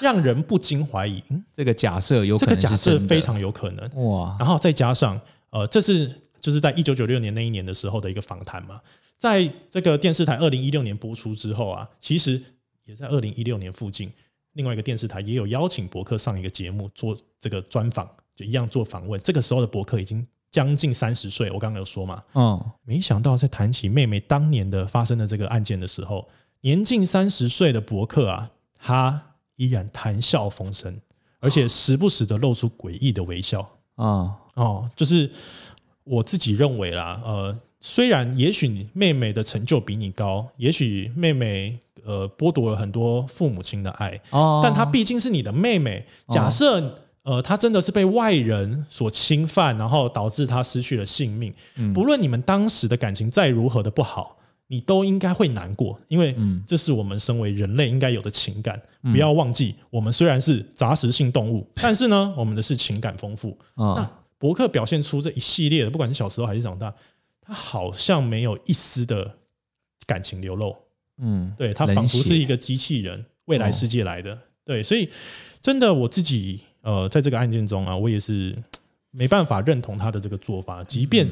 [SPEAKER 1] 让人不禁怀疑，嗯。
[SPEAKER 2] 这个假设有
[SPEAKER 1] 这
[SPEAKER 2] 可
[SPEAKER 1] 个
[SPEAKER 2] 能
[SPEAKER 1] 假
[SPEAKER 2] 是
[SPEAKER 1] 设
[SPEAKER 2] 真的
[SPEAKER 1] 非常有可能。
[SPEAKER 2] 哇，
[SPEAKER 1] 然后再加上，呃，这是就是在一九九六年那一年的时候的一个访谈嘛，在这个电视台二零一六年播出之后啊，其实也在二零一六年附近，另外一个电视台也有邀请博客上一个节目做这个专访，就一样做访问。这个时候的博客已经将近三十岁，我刚刚有说嘛，
[SPEAKER 2] 嗯，
[SPEAKER 1] 没想到在谈起妹妹当年的发生的这个案件的时候，年近三十岁的伯克啊，他依然谈笑风生，而且时不时的露出诡异的微笑。
[SPEAKER 2] 啊，
[SPEAKER 1] 哦，就是我自己认为啦，呃，虽然也许你妹妹的成就比你高，也许妹妹呃剥夺了很多父母亲的爱，
[SPEAKER 2] 哦，
[SPEAKER 1] 但她毕竟是你的妹妹。假设、呃她真的是被外人所侵犯，然后导致她失去了性命，不论你们当时的感情再如何的不好。你都应该会难过，因为这是我们身为人类应该有的情感。不要忘记，我们虽然是杂食性动物，但是呢，我们的是情感丰富。
[SPEAKER 2] 嗯
[SPEAKER 1] 那伯克表现出这一系列的，不管是小时候还是长大，他好像没有一丝的感情流露，
[SPEAKER 2] 嗯，
[SPEAKER 1] 对他
[SPEAKER 2] 冷
[SPEAKER 1] 仿佛
[SPEAKER 2] 血哦
[SPEAKER 1] 是一个机器人，未来世界来的。对，所以真的我自己呃，在这个案件中啊，我也是没办法认同他的这个做
[SPEAKER 2] 嗯
[SPEAKER 1] 法，即便、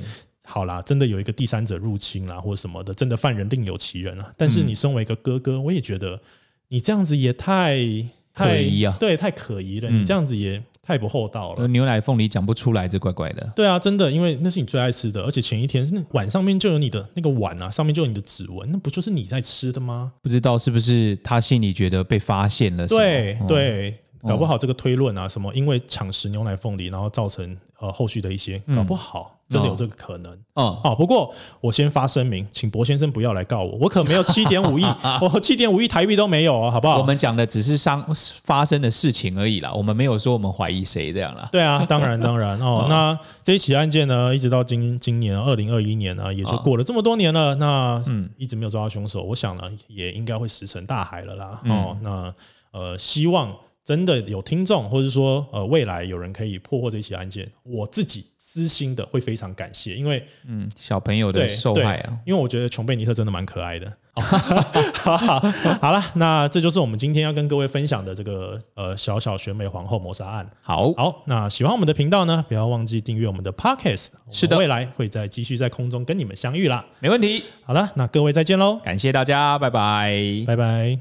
[SPEAKER 1] 好啦，真的有一个第三者入侵啦，或者什么的，真的犯人另有其人啊。但是
[SPEAKER 2] 嗯
[SPEAKER 1] 你身为一个哥哥，我也觉得你这样子也太太
[SPEAKER 2] 可疑啊
[SPEAKER 1] 对，太可疑了，
[SPEAKER 2] 嗯
[SPEAKER 1] 你这样子也太不厚道了。
[SPEAKER 2] 牛奶凤梨讲不出来，这怪怪的，
[SPEAKER 1] 对啊，真的，因为那是你最爱吃的，而且前一天那碗上面就有你的那个碗啊，上面就有你的指纹，那不就是你在吃的吗？
[SPEAKER 2] 不知道是不是他心里觉得被发现了什么，
[SPEAKER 1] 对
[SPEAKER 2] 嗯，
[SPEAKER 1] 对，
[SPEAKER 2] 哦
[SPEAKER 1] 搞不好这个推论啊，什么因为抢食牛奶凤梨，然后造成呃后续的一些，搞不好真的有这个可能。
[SPEAKER 2] 嗯，
[SPEAKER 1] 哦，不过我先发声明，请博先生不要来告我，我可没有七点五 亿，我七点五亿台币都没有哦，好不好？
[SPEAKER 2] 我们讲的只是伤发生的事情而已啦，我们没有说我们怀疑谁这样啦，
[SPEAKER 1] 对啊，当然当然
[SPEAKER 2] 嗯
[SPEAKER 1] 哦。那这一起案件呢，一直到今今年二零二一年呢，也就
[SPEAKER 2] 嗯
[SPEAKER 1] 过了这么多年了。那嗯，一直没有抓到凶手，我想呢，也应该会石沉大海了啦。
[SPEAKER 2] 嗯
[SPEAKER 1] 哦，那呃，希望真的有听众，或者说呃，未来有人可以破获这起案件，我自己私心的会非常感谢，因为
[SPEAKER 2] 嗯，小朋友的
[SPEAKER 1] 对
[SPEAKER 2] 受
[SPEAKER 1] 对
[SPEAKER 2] 害啊，
[SPEAKER 1] 因为我觉得琼贝尼特真的蛮可爱的。好 好了，那这就是我们今天要跟各位分享的这个呃小小选美皇后谋杀案。
[SPEAKER 2] 好，
[SPEAKER 1] 好，那喜欢我们的频道呢，不要忘记订阅我们的 Podcast。
[SPEAKER 2] 是的
[SPEAKER 1] 未来会再继续在空中跟你们相遇啦。
[SPEAKER 2] 没问题，
[SPEAKER 1] 好了，那各位再见喽，
[SPEAKER 2] 感谢大家，拜拜。
[SPEAKER 1] 拜拜。